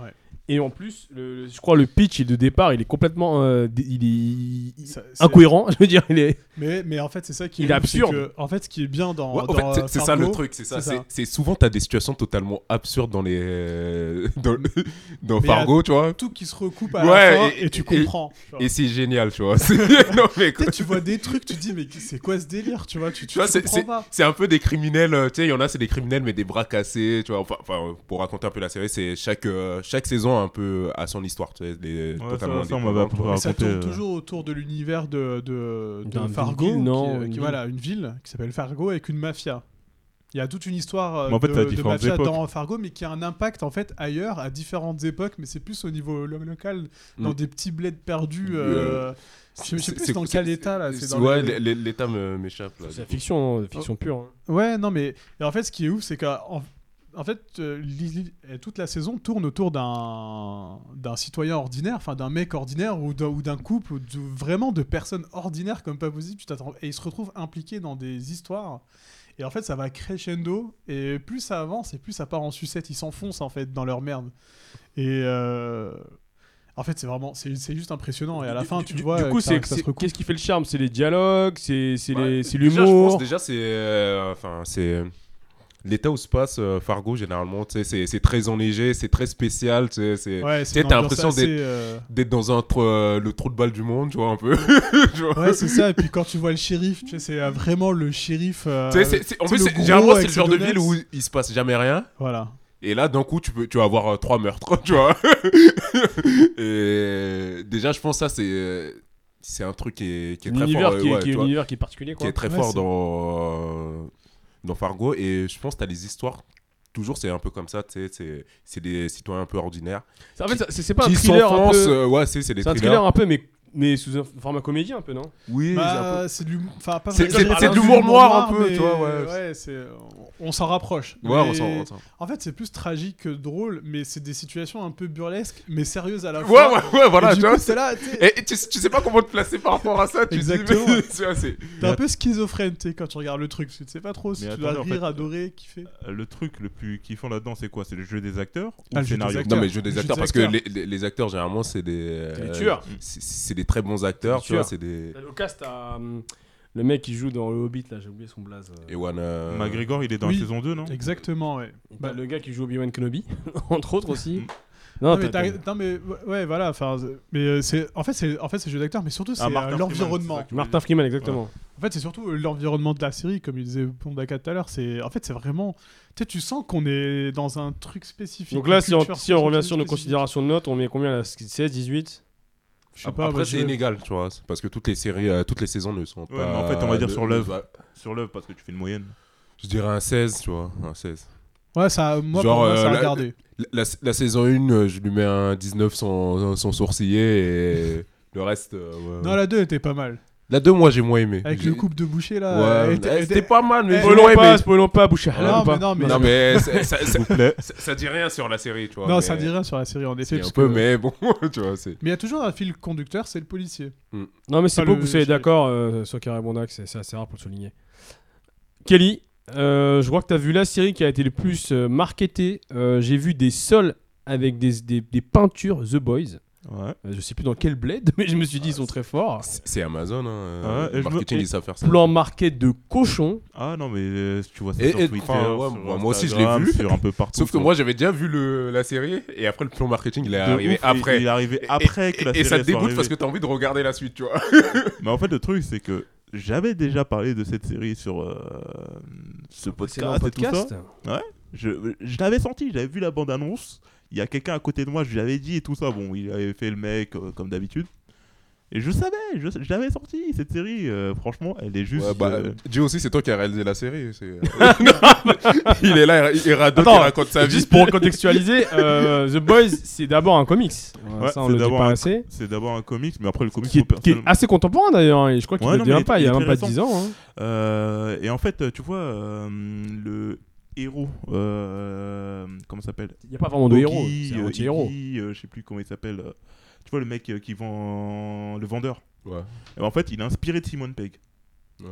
Ouais.
Et en plus, le- le- je crois le pitch il- de départ, il est complètement. euh, d- il est
Ça- c'est-
incohérent, je veux dire. Il est...
Bah,
Mais, mais en fait, c'est ça qui
Il est
ouf, c'est
absurde.
que- en fait, ce qui est bien dans.
Ouais, en
dans,
fait, c'est-
euh,
c'est ça le
Fargo,
truc, c'est ça.
c'est
C'est
ça.
c'est souvent, t'as des situations totalement absurdes dans les dans, dans
Mais
Fargo, tu vois.
Tout qui se recoupe à
Ouais,
la fin et,
et-
tu
et-
comprends. genre.
Et c'est génial, tu vois. C'est- non, mais
Tu
quoi.
sais, tu vois des trucs, tu te dis, mais c'est quoi ce délire, tu vois Tu, tu,
Tu vois,
tu
c'est-
comprends pas.
C'est un peu des criminels, euh, tu sais, il y en a, c'est des criminels, mais des bras cassés, tu vois. Enfin, enfin, pour raconter un peu la série, c'est chaque, euh, chaque saison un peu à son histoire, tu sais, des,
Ouais,
totalement
ça, ça, on m'avait
indépendante, tu vois.
appris
Et ça
raconter,
tourne
euh,
toujours autour de l'univers de, de, de
D'un
Fargo,
ville, non,
qui, euh,
une
qui-
ville.
voilà, une ville qui s'appelle Fargo avec une mafia. Il y a toute une histoire euh,
Mais en fait,
de,
t'as
de
différentes
mafia
époques.
dans Fargo, mais qui a un impact en fait ailleurs, à différentes époques, mais c'est plus au niveau lo- local, dans
Mm.
des petits bleds perdus. euh, je je sais
C'est-
plus
c'est-
dans
c'est-
quel état là. c'est dans
Ouais, l'é-
les-
l'é- l'état me- m'échappe. là,
C'est la
du coup.
fiction, hein, la fiction pure. hein.
Ouais, non, mais et en fait, ce qui est ouf, c'est qu'en en fait, euh, l'île- euh, toute la saison tourne autour d'un d'un citoyen ordinaire, enfin d'un mec ordinaire ou d'un- ou d'un couple, ou de- vraiment de personnes ordinaires comme pas possible. Tu t'attends et ils se retrouvent impliqués dans des histoires. Et en fait, ça va crescendo. Et plus ça avance, et plus ça part en sucette. Ils s'enfoncent en fait dans leur merde. Et euh, en fait, c'est vraiment, c'est c'est juste impressionnant. Et à la
Du-
fin,
du-
tu
du-
vois,
Du
euh,
coup,
que ça-
c'est
que ça se
c'est-
recoupe.
qu'est-ce qui fait le charme C'est les dialogues, c'est c'est
Ouais.
les- c'est
Déjà, je pense,
l'humour.
Déjà, c'est. euh, Enfin, c'est. L'état où se passe euh, Fargo, généralement, tu sais, c'est- c'est très enneigé, c'est très spécial, tu sais, c'est.
Ouais,
Tu
c'est
sais,
une
t'as
ambiance
l'impression
assez,
d'être-
euh,
D'être dans un tr- euh, le trou de balle du monde, tu vois, un peu. Tu vois.
Ouais, c'est ça. Et puis quand tu vois le shérif, tu sais, c'est euh, vraiment le shérif. euh,
Tu sais, c'est- c'est- en
tu
plus,
sais, le
c'est-
gros
généralement,
avec
c'est le genre
ses
de
donuts.
ville où il se passe jamais rien.
Voilà.
Et là, d'un coup, tu, peux, tu vas avoir euh, trois meurtres, tu vois. et déjà, je pense que ça, c'est euh, c'est un truc qui est, qui est très
L'univers
fort, euh,
qui est-
ouais,
qui est
tu
un
vois,
univers qui est particulier.
qui
quoi.
est très
Ouais,
fort
c'est-
dans, euh, dans Fargo. Et je pense que tu as les histoires, toujours, c'est un peu comme ça, tu sais, c'est- c'est des citoyens un peu ordinaires.
En fait, ça- c'est c'est pas un
qui
thriller un
s'enfoncent,
peu.
euh, ouais, c'est c'est des
C'est un
thrillers. Euh,
thriller hein. un peu, mais mais sous un format comédie un peu, non
Oui, c'est un peu-
Bah, c'est de l'humour. Enfin, pas
C'est-
vraiment-
c'est-
pas
c'est de
vraiment
l'humour noir, un peu,
mais-
toi, ouais.
c'est- On s'en rapproche.
Ouais, on
Mais-
s'en- on s'en-
En fait, c'est plus tragique que drôle, mais c'est des situations un peu burlesques, mais sérieuses à la
Ouais,
fois.
ouais, ouais, voilà,
Et
tu
du
vois.
coup, t'es là, t'es-
Et et tu, tu sais pas comment te placer par rapport à ça. Tu te dis,
Exactement.
mais- tu vois, c'est-
t'es un peu schizophrène, t'es, quand tu regardes le truc. parce que Tu sais pas trop si
Mais
tu dois
attendez, en
rire,
fait, euh,
adorer, kiffer.
Le truc le plus kiffant là-dedans, c'est quoi C'est le jeu des acteurs ou
Ah,
le
le jeu des
scénario
acteurs.
Non, mais je veux
Je
des
veux
acteurs
des
parce
acteurs.
que les, les- les acteurs, généralement, c'est des.
C'est des
euh,
tueurs.
C'est c'est des très bons acteurs,
C'est des
tu vois.
tueurs.
C'est des.
Le cast à, hum, le mec qui joue dans le Hobbit là, j'ai oublié son blaze. euh,
Ewan. euh,
McGregor, il est dans
Oui.
la saison 2, non
Exactement, ouais.
et
bah-
t'as le gars qui joue Obi-Wan Kenobi, entre autres aussi.
Mm.
non,
Non, mais,
t'as-
t'as- non, mais ouais, ouais, voilà. Enfin, c'est- mais euh, c'est en fait c'est en fait c'est jeu d'acteur, mais surtout c'est
Ah, Martin
euh,
Freeman,
l'environnement.
c'est ça que tu voulais
Martin Freeman, exactement.
En fait, c'est surtout euh, l'environnement de la série, comme il disait Pondaka tout à l'heure. C'est en fait c'est vraiment, tu sais, tu sens qu'on est dans un truc spécifique.
Donc
une
là, si on,
culture
si on revient
spécifique.
sur nos considérations de notes, on met combien là 16, 18
je sais
ap-
pas.
Après,
moi,
c'est
je-
inégal, tu vois. c'est Parce que toutes les séries, euh, toutes les saisons ne sont
Ouais,
pas.
mais en fait, on va dire
ne-
sur l'œuvre.
ne-
dire. Sur l'œuvre, parce que tu fais une moyenne.
Je dirais un 16, tu vois. Un 16.
Ouais, ça, moi,
Genre,
pour moi, ça
euh,
a
la-
regardé.
La, la- la saison 1, je lui mets un 19 sans, sans sourciller et le reste. euh, ouais.
Non, la 2 était pas mal.
La 2, moi, j'ai moins aimé.
Avec
J'ai-
le euh, couple de boucher là.
Ouais,
elle
mais-
était-
eh,
elle
c'était
était-
pas mal, mais
Eh,
j'ai
spoilons
moins
Spoilons pas,
aimé.
spoilons pas, Bouchard.
Non, mais
pas.
non, mais-
Non, mais ça, ça- ça-
plaît.
ça- ça dit rien sur la série, tu vois.
Non,
mais-
ça dit rien sur la série en effet.
Un
parce
peu,
que-
mais bon, tu vois, c'est.
Mais il y a toujours un fil conducteur, c'est le policier.
Non, mais c'est
Pas
beau
le-
que vous soyez
je sais.
d'accord, euh, soit Carré Bondac, c'est c'est assez rare pour le souligner. Kelly, euh, je crois que tu as vu la série qui a été le plus euh, marketée. Euh, J'ai vu des sols avec des, des- des peintures The Boys.
Ouais.
Euh, je sais plus dans quel bled, mais je me suis dit, ils sont très forts.
C'est c'est Amazon, hein.
Ah ouais,
euh,
et je me-
marketing,
et-
ils savent faire ça.
Plan marqué de cochon.
Ah non, mais euh, tu vois ça
Et-
sur
et-
Twitter.
enfin, ouais,
sur
moi- moi aussi, je l'ai
Instagram,
vu.
Sur un peu partout.
Sauf que
quoi.
moi, j'avais déjà vu le, la série, et après, le plan marketing, il est
hein. De
arrivé
ouf, il-
après.
Il est arrivé
Et-
après
et,
que la
et
série
ça te
soit
dégoûte
arrivée.
parce que t'as envie de regarder la suite, tu vois.
Mais en fait, le truc, c'est que j'avais déjà parlé de cette série sur euh, ce
Ah bah, C'est dans
podcast,
le
et tout
podcast.
ça. Je, je l'avais senti, j'avais vu la bande-annonce. Il y a quelqu'un à côté de moi, je lui avais dit et tout ça. Bon, il avait fait le mec euh, comme d'habitude. Et je savais, je, je l'avais sorti cette série. euh, franchement, elle est juste.
Ouais, bah,
euh,
Dis aussi, c'est toi qui as réalisé la série. c'est- euh, il est là, il, il radote,
Attends,
il raconte sa vie.
Juste pour contextualiser, euh, The Boys, c'est d'abord un comics.
Ouais,
ça, on
c'est
le dit
d'abord
pas
un-
assez.
C'est d'abord un comics, mais après le comics,
Qui
moi,
est, qui est
personnellement-
assez contemporain d'ailleurs, hein, et je crois qu'il
Ouais,
ne
non,
devient
mais
pas,
il
il y a
est
même pas
très
10 ans. hein.
Euh, et en fait, euh, tu vois, euh, le héros, euh, comment ça s'appelle
Il n'y a pas vraiment de héros,
Oggy,
c'est un
euh,
anti-héros.
Iggy, euh, je sais plus comment il s'appelle. euh, tu vois, le mec euh, qui vend. Le vendeur.
Ouais.
Et ben, en fait, il est inspiré de Simon Pegg.
Ouais.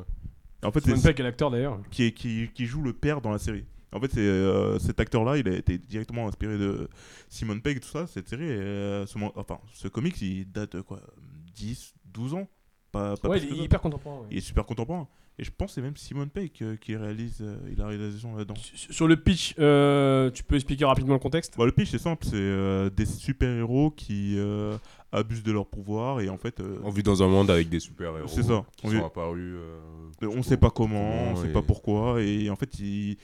Et En fait,
Simon
c'est-
Pegg est l'acteur d'ailleurs.
qui, est- qui, qui joue le père dans la série. En fait, c'est euh, cet acteur-là, il a été directement inspiré de Simon Pegg, tout ça. Cette série, euh, ce, mon- enfin, ce comics, il date de quoi 10, 12 ans pas, pas
Ouais,
plus
il
que
est
ça.
hyper contemporain. ouais.
Il est super contemporain. Et je pense que c'est même Simon Pegg euh, qui réalise euh, il a la réalisation là-dedans.
Sur le pitch, euh, tu peux expliquer rapidement le contexte
Bah, le pitch, c'est simple c'est euh, des super-héros qui euh, abusent de leur pouvoir et en fait. euh,
On vit dans un monde avec des super-héros.
C'est ça.
Qui
On
sont
vit-
apparus. euh,
on sait pas comment,
Comment
on sait
et-
pas pourquoi, et en fait, ils-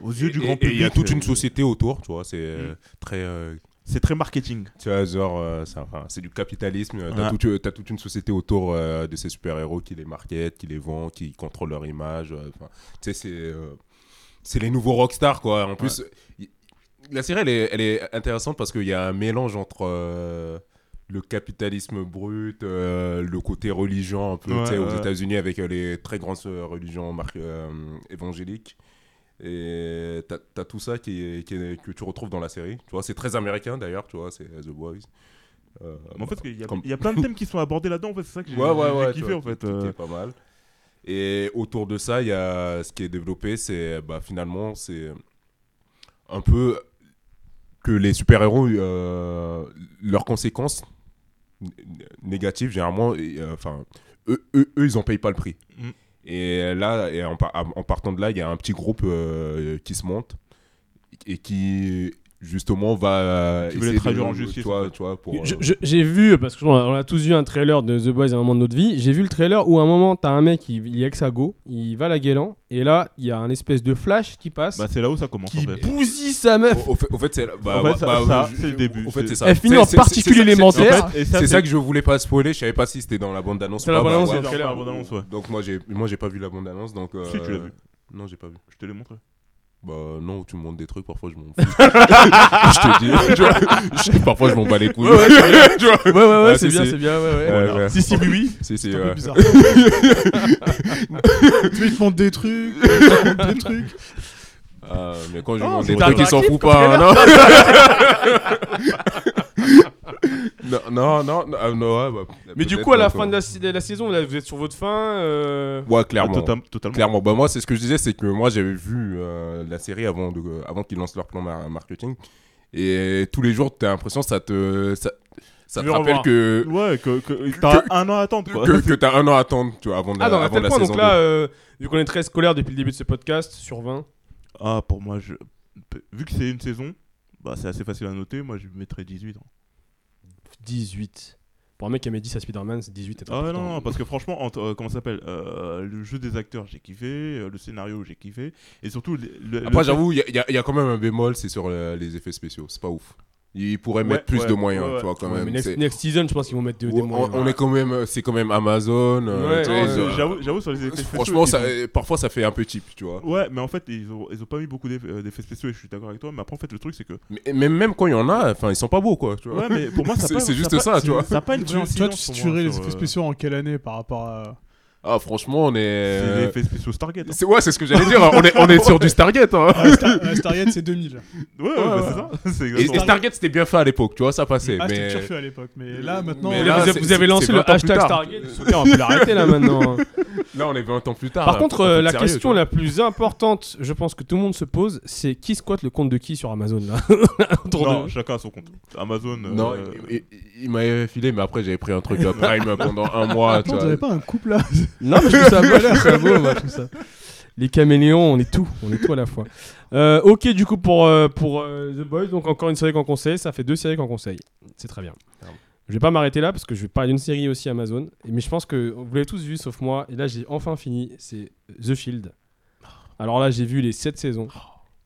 aux yeux
Et-
du
et-
grand
et
public.
Il y a toute
euh,
une société autour, tu vois. C'est euh,
Mm.
très. euh,
C'est très marketing.
tu vois, genre, euh, ça- enfin, c'est du capitalisme. euh, T'as
Ouais.
toute, euh, t'as toute une société autour euh, de ces super-héros qui les marketent, qui les vendent, qui contrôlent leur image. euh, enfin, tu sais, c'est. euh, c'est les nouveaux rockstars, quoi. En plus, y- la série, elle est, elle est intéressante parce qu'il y a un mélange entre. euh, le capitalisme brut, euh, le côté religion un peu,
Ouais,
tu sais, aux
ouais.
États-Unis avec euh, les très grandes euh, religions mar- euh, évangéliques. Et t'as as tout ça qui est- qui est- que tu retrouves dans la série. Tu vois, c'est très américain d'ailleurs, tu vois, c'est The Boys. Euh,
Mais en fait, il y, a-
Comme-
il y a plein de thèmes qui sont abordés là-dedans. En fait, c'est ça que j'ai
ouais, ouais,
j'ai
ouais, tu
kiffé
vois,
en fait.
qui- qui
euh,
est pas mal. Et autour de ça, il y a ce qui est développé, c'est bah, finalement, c'est un peu que les super-héros, euh, leurs conséquences n- n- négatives, généralement, et, euh, enfin, eux, eux, eux, ils en payent pas le prix.
Mm.
Et là, et en, par- en partant de là, il y a un petit groupe euh, qui se monte et qui justement va
Qui veut les
essayer de-
traduire en justice,
tu vois-
en fait.
tu vois, pour,
Je-
euh,
je- J'ai vu, parce qu'on a, on a tous vu un trailer de The Boys à un moment de notre vie, j'ai vu le trailer où à un moment, t'as un mec, il, il est ex-ago, il va à la guélan, et là, il y a un espèce de flash qui passe,
Bah, c'est là où ça commence.
qui
en fait.
bousille sa meuf.
Au, au fait, au fait, c'est bah,
En fait, ça-
bah,
ça,
je-
c'est le
je-
début,
Au fait,
c'est-
c'est ça.
Elle finit
C'est-
en
c'est-
particule
c'est- c'est-
élémentaire.
C'est
Et ça,
c'est ça que je voulais pas spoiler. Je savais pas si c'était dans la bande annonce.
C'est la bande-annonce,
c'est
dans
dans
le
la
trailer.
bande-annonce, ouais.
bah, Donc moi j'ai moi j'ai pas vu la bande annonce donc. euh,
Si, tu l'as vu.
Non j'ai pas vu.
Je te l'ai montré.
Bah non tu me montres des trucs parfois je m'en fous. je te dis. tu vois, je- parfois je m'en bats les couilles. tu vois.
Ouais, ouais, ouais,
Ouais,
c'est
si,
bien,
si.
c'est bien, ouais, ouais.
Ouais, ouais.
Si, si, oui, oui.
Si si.
C'est un peu
ouais.
bizarre. tu ils te montrent des trucs, ils te montrent des trucs.
Ah, mais quand je
Non,
lui montre
c'est
des trucs ils s'en
interactif,
fout pas. hein, non. non non non ah, non, ouais, bah,
Mais du
peut-être,
coup, à la
ouais,
fin de la, de la saison, là, vous êtes sur votre fin. euh,
Ouais clairement.
Totam- Ah, totalement.
Clairement, bah moi c'est ce que je disais, c'est que moi j'avais vu euh, la série avant, de, euh, avant qu'ils lancent leur plan mar- marketing. Et tous les jours, t'as l'impression ça te, ça, ça
Tu
te
veux
rappelle
revoir.
que,
Ouais, que, que- t'as
que-
un an à attendre quoi.
que, que t'as un an à attendre tu vois, avant de la,
Ah, non, à
Bah, avant de
tel
la
point,
saison
donc là, euh, vu qu'on est très scolaire depuis le début de ce podcast, sur 20.
Ah, pour moi, je... vu que c'est une saison, bah, c'est assez facile à noter. Moi, je mettrais 18. hein.
18. Pour un mec qui aimait 10 à Spider-Man, c'est 18 et
Ah ouais, non, non, parce que franchement, entre, euh, comment ça s'appelle euh, Le jeu des acteurs, j'ai kiffé. euh, le scénario, j'ai kiffé. Et surtout, le- le-
deux.
le-
Après, j'avoue, il y a- il y, a- il y a quand même un bémol, c'est sur euh, les effets spéciaux, c'est pas ouf. Ils pourraient
Ouais,
mettre plus
ouais,
de moyens,
ouais, ouais.
tu vois, quand
Ouais, mais
même.
next,
c'est-
next season, je pense qu'ils vont mettre des, des
on,
moyens.
on est quand même, euh, c'est quand même Amazon. euh,
Ouais,
tu
Non,
sais,
ouais,
ils ont-
mais J'avoue, j'avoue, sur les effets
franchement,
spéciaux,
ça,
ils ont-
euh, parfois ça fait un peu cheap, tu vois.
Ouais, mais en fait, ils ont, ils ont pas mis beaucoup d'eff- euh, d'effets spéciaux et je suis d'accord avec toi. Mais après, en fait, le truc, c'est que.
Mais, mais même quand il y en a, enfin, ils sont pas beaux, quoi, tu vois.
Ouais, mais pour moi, ça a
C'est-
pas-
c'est
a
juste
pas-
ça, tu vois.
Ça a pas une
Tu-
vraie
Toi,
incidence
tu
pour moi,
tuerais les
sur,
effets
euh,
spéciaux en quelle année par rapport à.
Ah, franchement, on est.
C'est les
euh,
effets spéciaux Stargate. hein.
C'est ouais, c'est ce que j'allais dire. On est, on est sur du Stargate. hein.
Ah, Star- ah, Stargate, c'est 2000.
Ouais, ouais,
Ouais,
bah,
ouais.
c'est ça. C'est
Et, et
exactement ça.
Stargate, c'était bien fait à l'époque, tu vois, ça passait.
Ah, c'était
mais...
turfu à l'époque, mais
Euh,
là, maintenant.
Mais
Vous
là,
avez-
c'est-
vous avez
c'est-
lancé
c'est
le
20 ans plus
hashtag
tard.
Stargate. Soudain, on peut l'arrêter là maintenant.
Là, on est 20 ans plus tard.
Par
là,
contre,
faut
euh,
être
la
sérieux,
question
tu vois.
la plus importante, je pense que tout le monde se pose, c'est qui squatte le compte de qui sur Amazon là Autour
Non,
de-
chacun a son compte. Amazon. euh,
Non,
euh,
il, il- il m'avait filé, mais après, j'avais pris un truc à Prime pendant un mois. Tu
Attends,
vois.
t'avais pas un couple là
Non, mais je trouve ça beau, je trouve ça beau, moi, je trouve ça. Les caméléons, on est tout, on est tout à la fois. Euh, ok, du coup, pour, euh, pour euh, The Boys, donc encore une série qu'on conseille, ça fait deux séries qu'on conseille. C'est très bien.
Pardon.
Je vais pas m'arrêter là parce que je vais parler d'une série aussi Amazon, mais je pense que vous l'avez tous vu sauf moi, et là j'ai enfin fini, c'est The Shield. Alors là, j'ai vu les 7 saisons.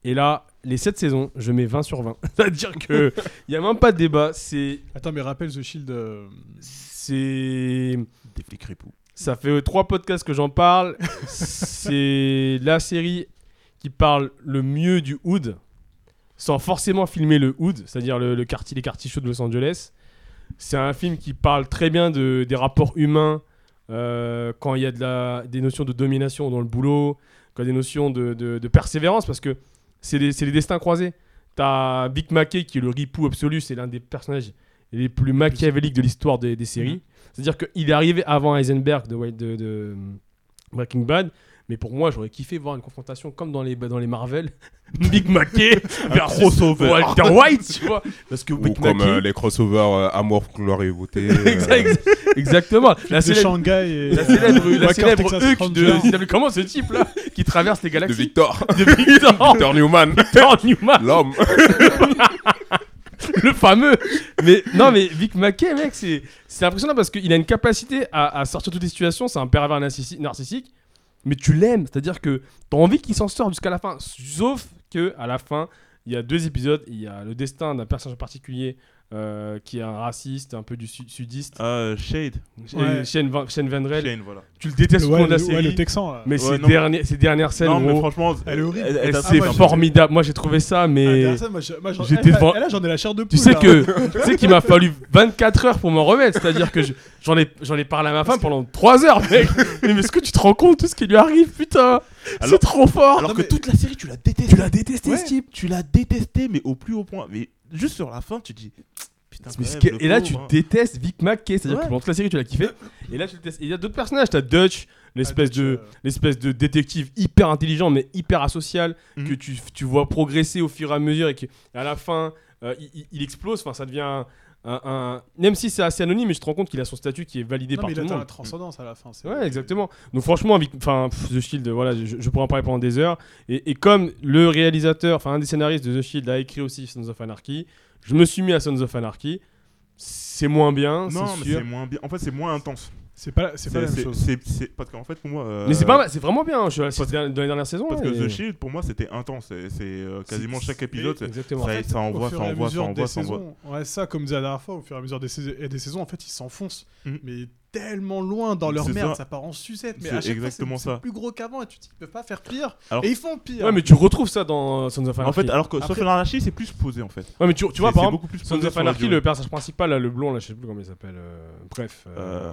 Et là, les 7 saisons, je mets 20 sur 20. C'est-à-dire que il y a même pas de débat, c'est
Attends, mais rappelle The Shield. euh,
c'est
Des flics ripoux.
ça fait euh, trois podcasts que j'en parle. c'est la série qui parle le mieux du hood, sans forcément filmer le hood, c'est-à-dire le, le quartier, les quartiers chauds de Los Angeles. C'est un film qui parle très bien de, des rapports humains euh, quand il y a de la, des notions de domination dans le boulot, quand il y a des notions de, de- de persévérance, parce que c'est les, c'est les destins croisés. T'as Big Mackey qui est le ripou absolu, c'est l'un des personnages les plus machiavéliques de l'histoire des, des séries. C'est-à-dire qu'il est arrivé avant Heisenberg de, Wild- de- de Breaking Bad, mais pour moi, j'aurais kiffé voir une confrontation comme dans les, dans les Marvel. Big Mackey versus
crossover.
Walter White, tu vois. Parce que
Ou
Big
comme
Mackey.
euh, les crossovers euh, Amour, gloire et beauté. euh,
Exact- Exactement. La
de
célèbre,
Shanghai et.
la célèbre, la
Wacker,
célèbre
Texas
Hulk de.
Ranger.
c'est- Comment ce type-là Qui traverse les
de
galaxies
Victor.
De Victor,
Victor Newman.
Victor Newman,
L'homme.
le fameux. Mais non, mais Vic Mackey, mec, c'est c'est impressionnant parce qu'il a une capacité à, à sortir de toutes les situations. C'est un pervers narcissi- narcissique, mais tu l'aimes. C'est-à-dire que t'as envie qu'il s'en sorte jusqu'à la fin. Sauf que à la fin, il y a deux épisodes. Il y a le destin d'un personnage en particulier euh, qui est un raciste, un peu du sud- sudiste.
Ah, Shade.
Ouais.
Et Shane, Van- Shane Van Rel.
Shane, voilà.
Tu le détestes au
Ouais,
cours de la
le, ouais,
série.
le Texan là.
mais
Ouais,
ces,
non.
derniers- ces dernières scènes,
Non, mais
gros,
franchement,
Elle est horrible.
elle
Ah,
c'est
assez-
moi, j'ai-
formidable. Moi, j'ai trouvé ça,
Ah,
mais.
intéressant, moi, j'ai- moi, j'en-
j'étais
eh,
devant-
eh, Là, j'en ai la chair de poule.
Tu sais
là. Ah,
que tu sais qu'il m'a fallu 24 heures pour m'en remettre, c'est-à-dire que je- j'en ai j'en ai parlé à ma femme pendant 3 heures mec. Mais est-ce que tu te rends compte tout ce qui lui arrive putain C'est
Alors-
trop fort.
Alors
Non,
que
mais-
toute la série, tu l'as détesté. Tu l'as détesté,
ce
type. Tu l'as détesté, mais au plus haut point. Mais juste sur la fin, tu dis. Putain,
Mais
quand
ce
même,
qui-
le
et là tu
pauvre, hein.
détestes Vic Mackey, c'est-à-dire
Ouais.
que pendant toute la série tu l'as kiffé et là tu le détestes. Et il y a d'autres personnages, t'as Dutch, l'espèce
Ah,
de
donc, euh,
l'espèce de détective hyper intelligent mais hyper asocial
Mhm.
que tu, tu vois progresser au fur et à mesure et que à la fin euh, il, il- il explose enfin ça devient un, un- un- même si c'est assez anonyme mais je te rends compte qu'il a son statut qui est validé
non,
par
mais il
tout le
atteint
monde
la transcendance à la fin. c'est-
Ouais, exactement. Donc franchement, avec, enfin, pff, The Shield, voilà, je, je pourrais en parler pendant des heures. Et, et comme le réalisateur, enfin un des scénaristes de The Shield a écrit aussi Sons of Anarchy, je me suis mis à Sons of Anarchy. C'est moins bien,
Non,
c'est
mais
sûr.
c'est moins bien. En fait, c'est moins intense.
C'est pas, c'est pas la même
C'est-
chose.
c'est- c'est- Parce qu'en fait, pour moi. euh,
Mais c'est pas mal, c'est vraiment bien. Je suis
parce-
c'est dans dans les dernières saisons.
Parce que
et-
The Shield, pour moi, c'était intense. C'est c'est, euh, quasiment chaque épisode. c'est-
Exactement.
Ça, ça
au
envoie,
fur
ça
et à
envoie, ça
mesure
envoie,
des
ça envoie.
saisons. Ouais, ça, comme disait la dernière fois, au fur et à mesure des saisons, et des saisons en fait, ils s'enfoncent,
Mhm.
mais tellement loin dans leur
C'est
merde,
ça.
ça. part en sucette. Mais
C'est
à chaque
exactement
fois, c'est- c'est
ça.
plus gros qu'avant, et tu te dis, ils peuvent pas faire pire.
Alors-
et ils font pire.
Ouais, mais tu retrouves ça dans euh, Sons of Anarchy.
En fait, alors que
Après-
Sauf l'anarchie, c'est plus posé en fait.
ouais, mais tu, tu vois, par
C'est- c'est
exemple,
beaucoup plus
Sons
posé
of
sur la
Anarchy,
durée.
le personnage principal, là, le blond, là, je sais plus comment il s'appelle. euh, bref. euh,
Euh,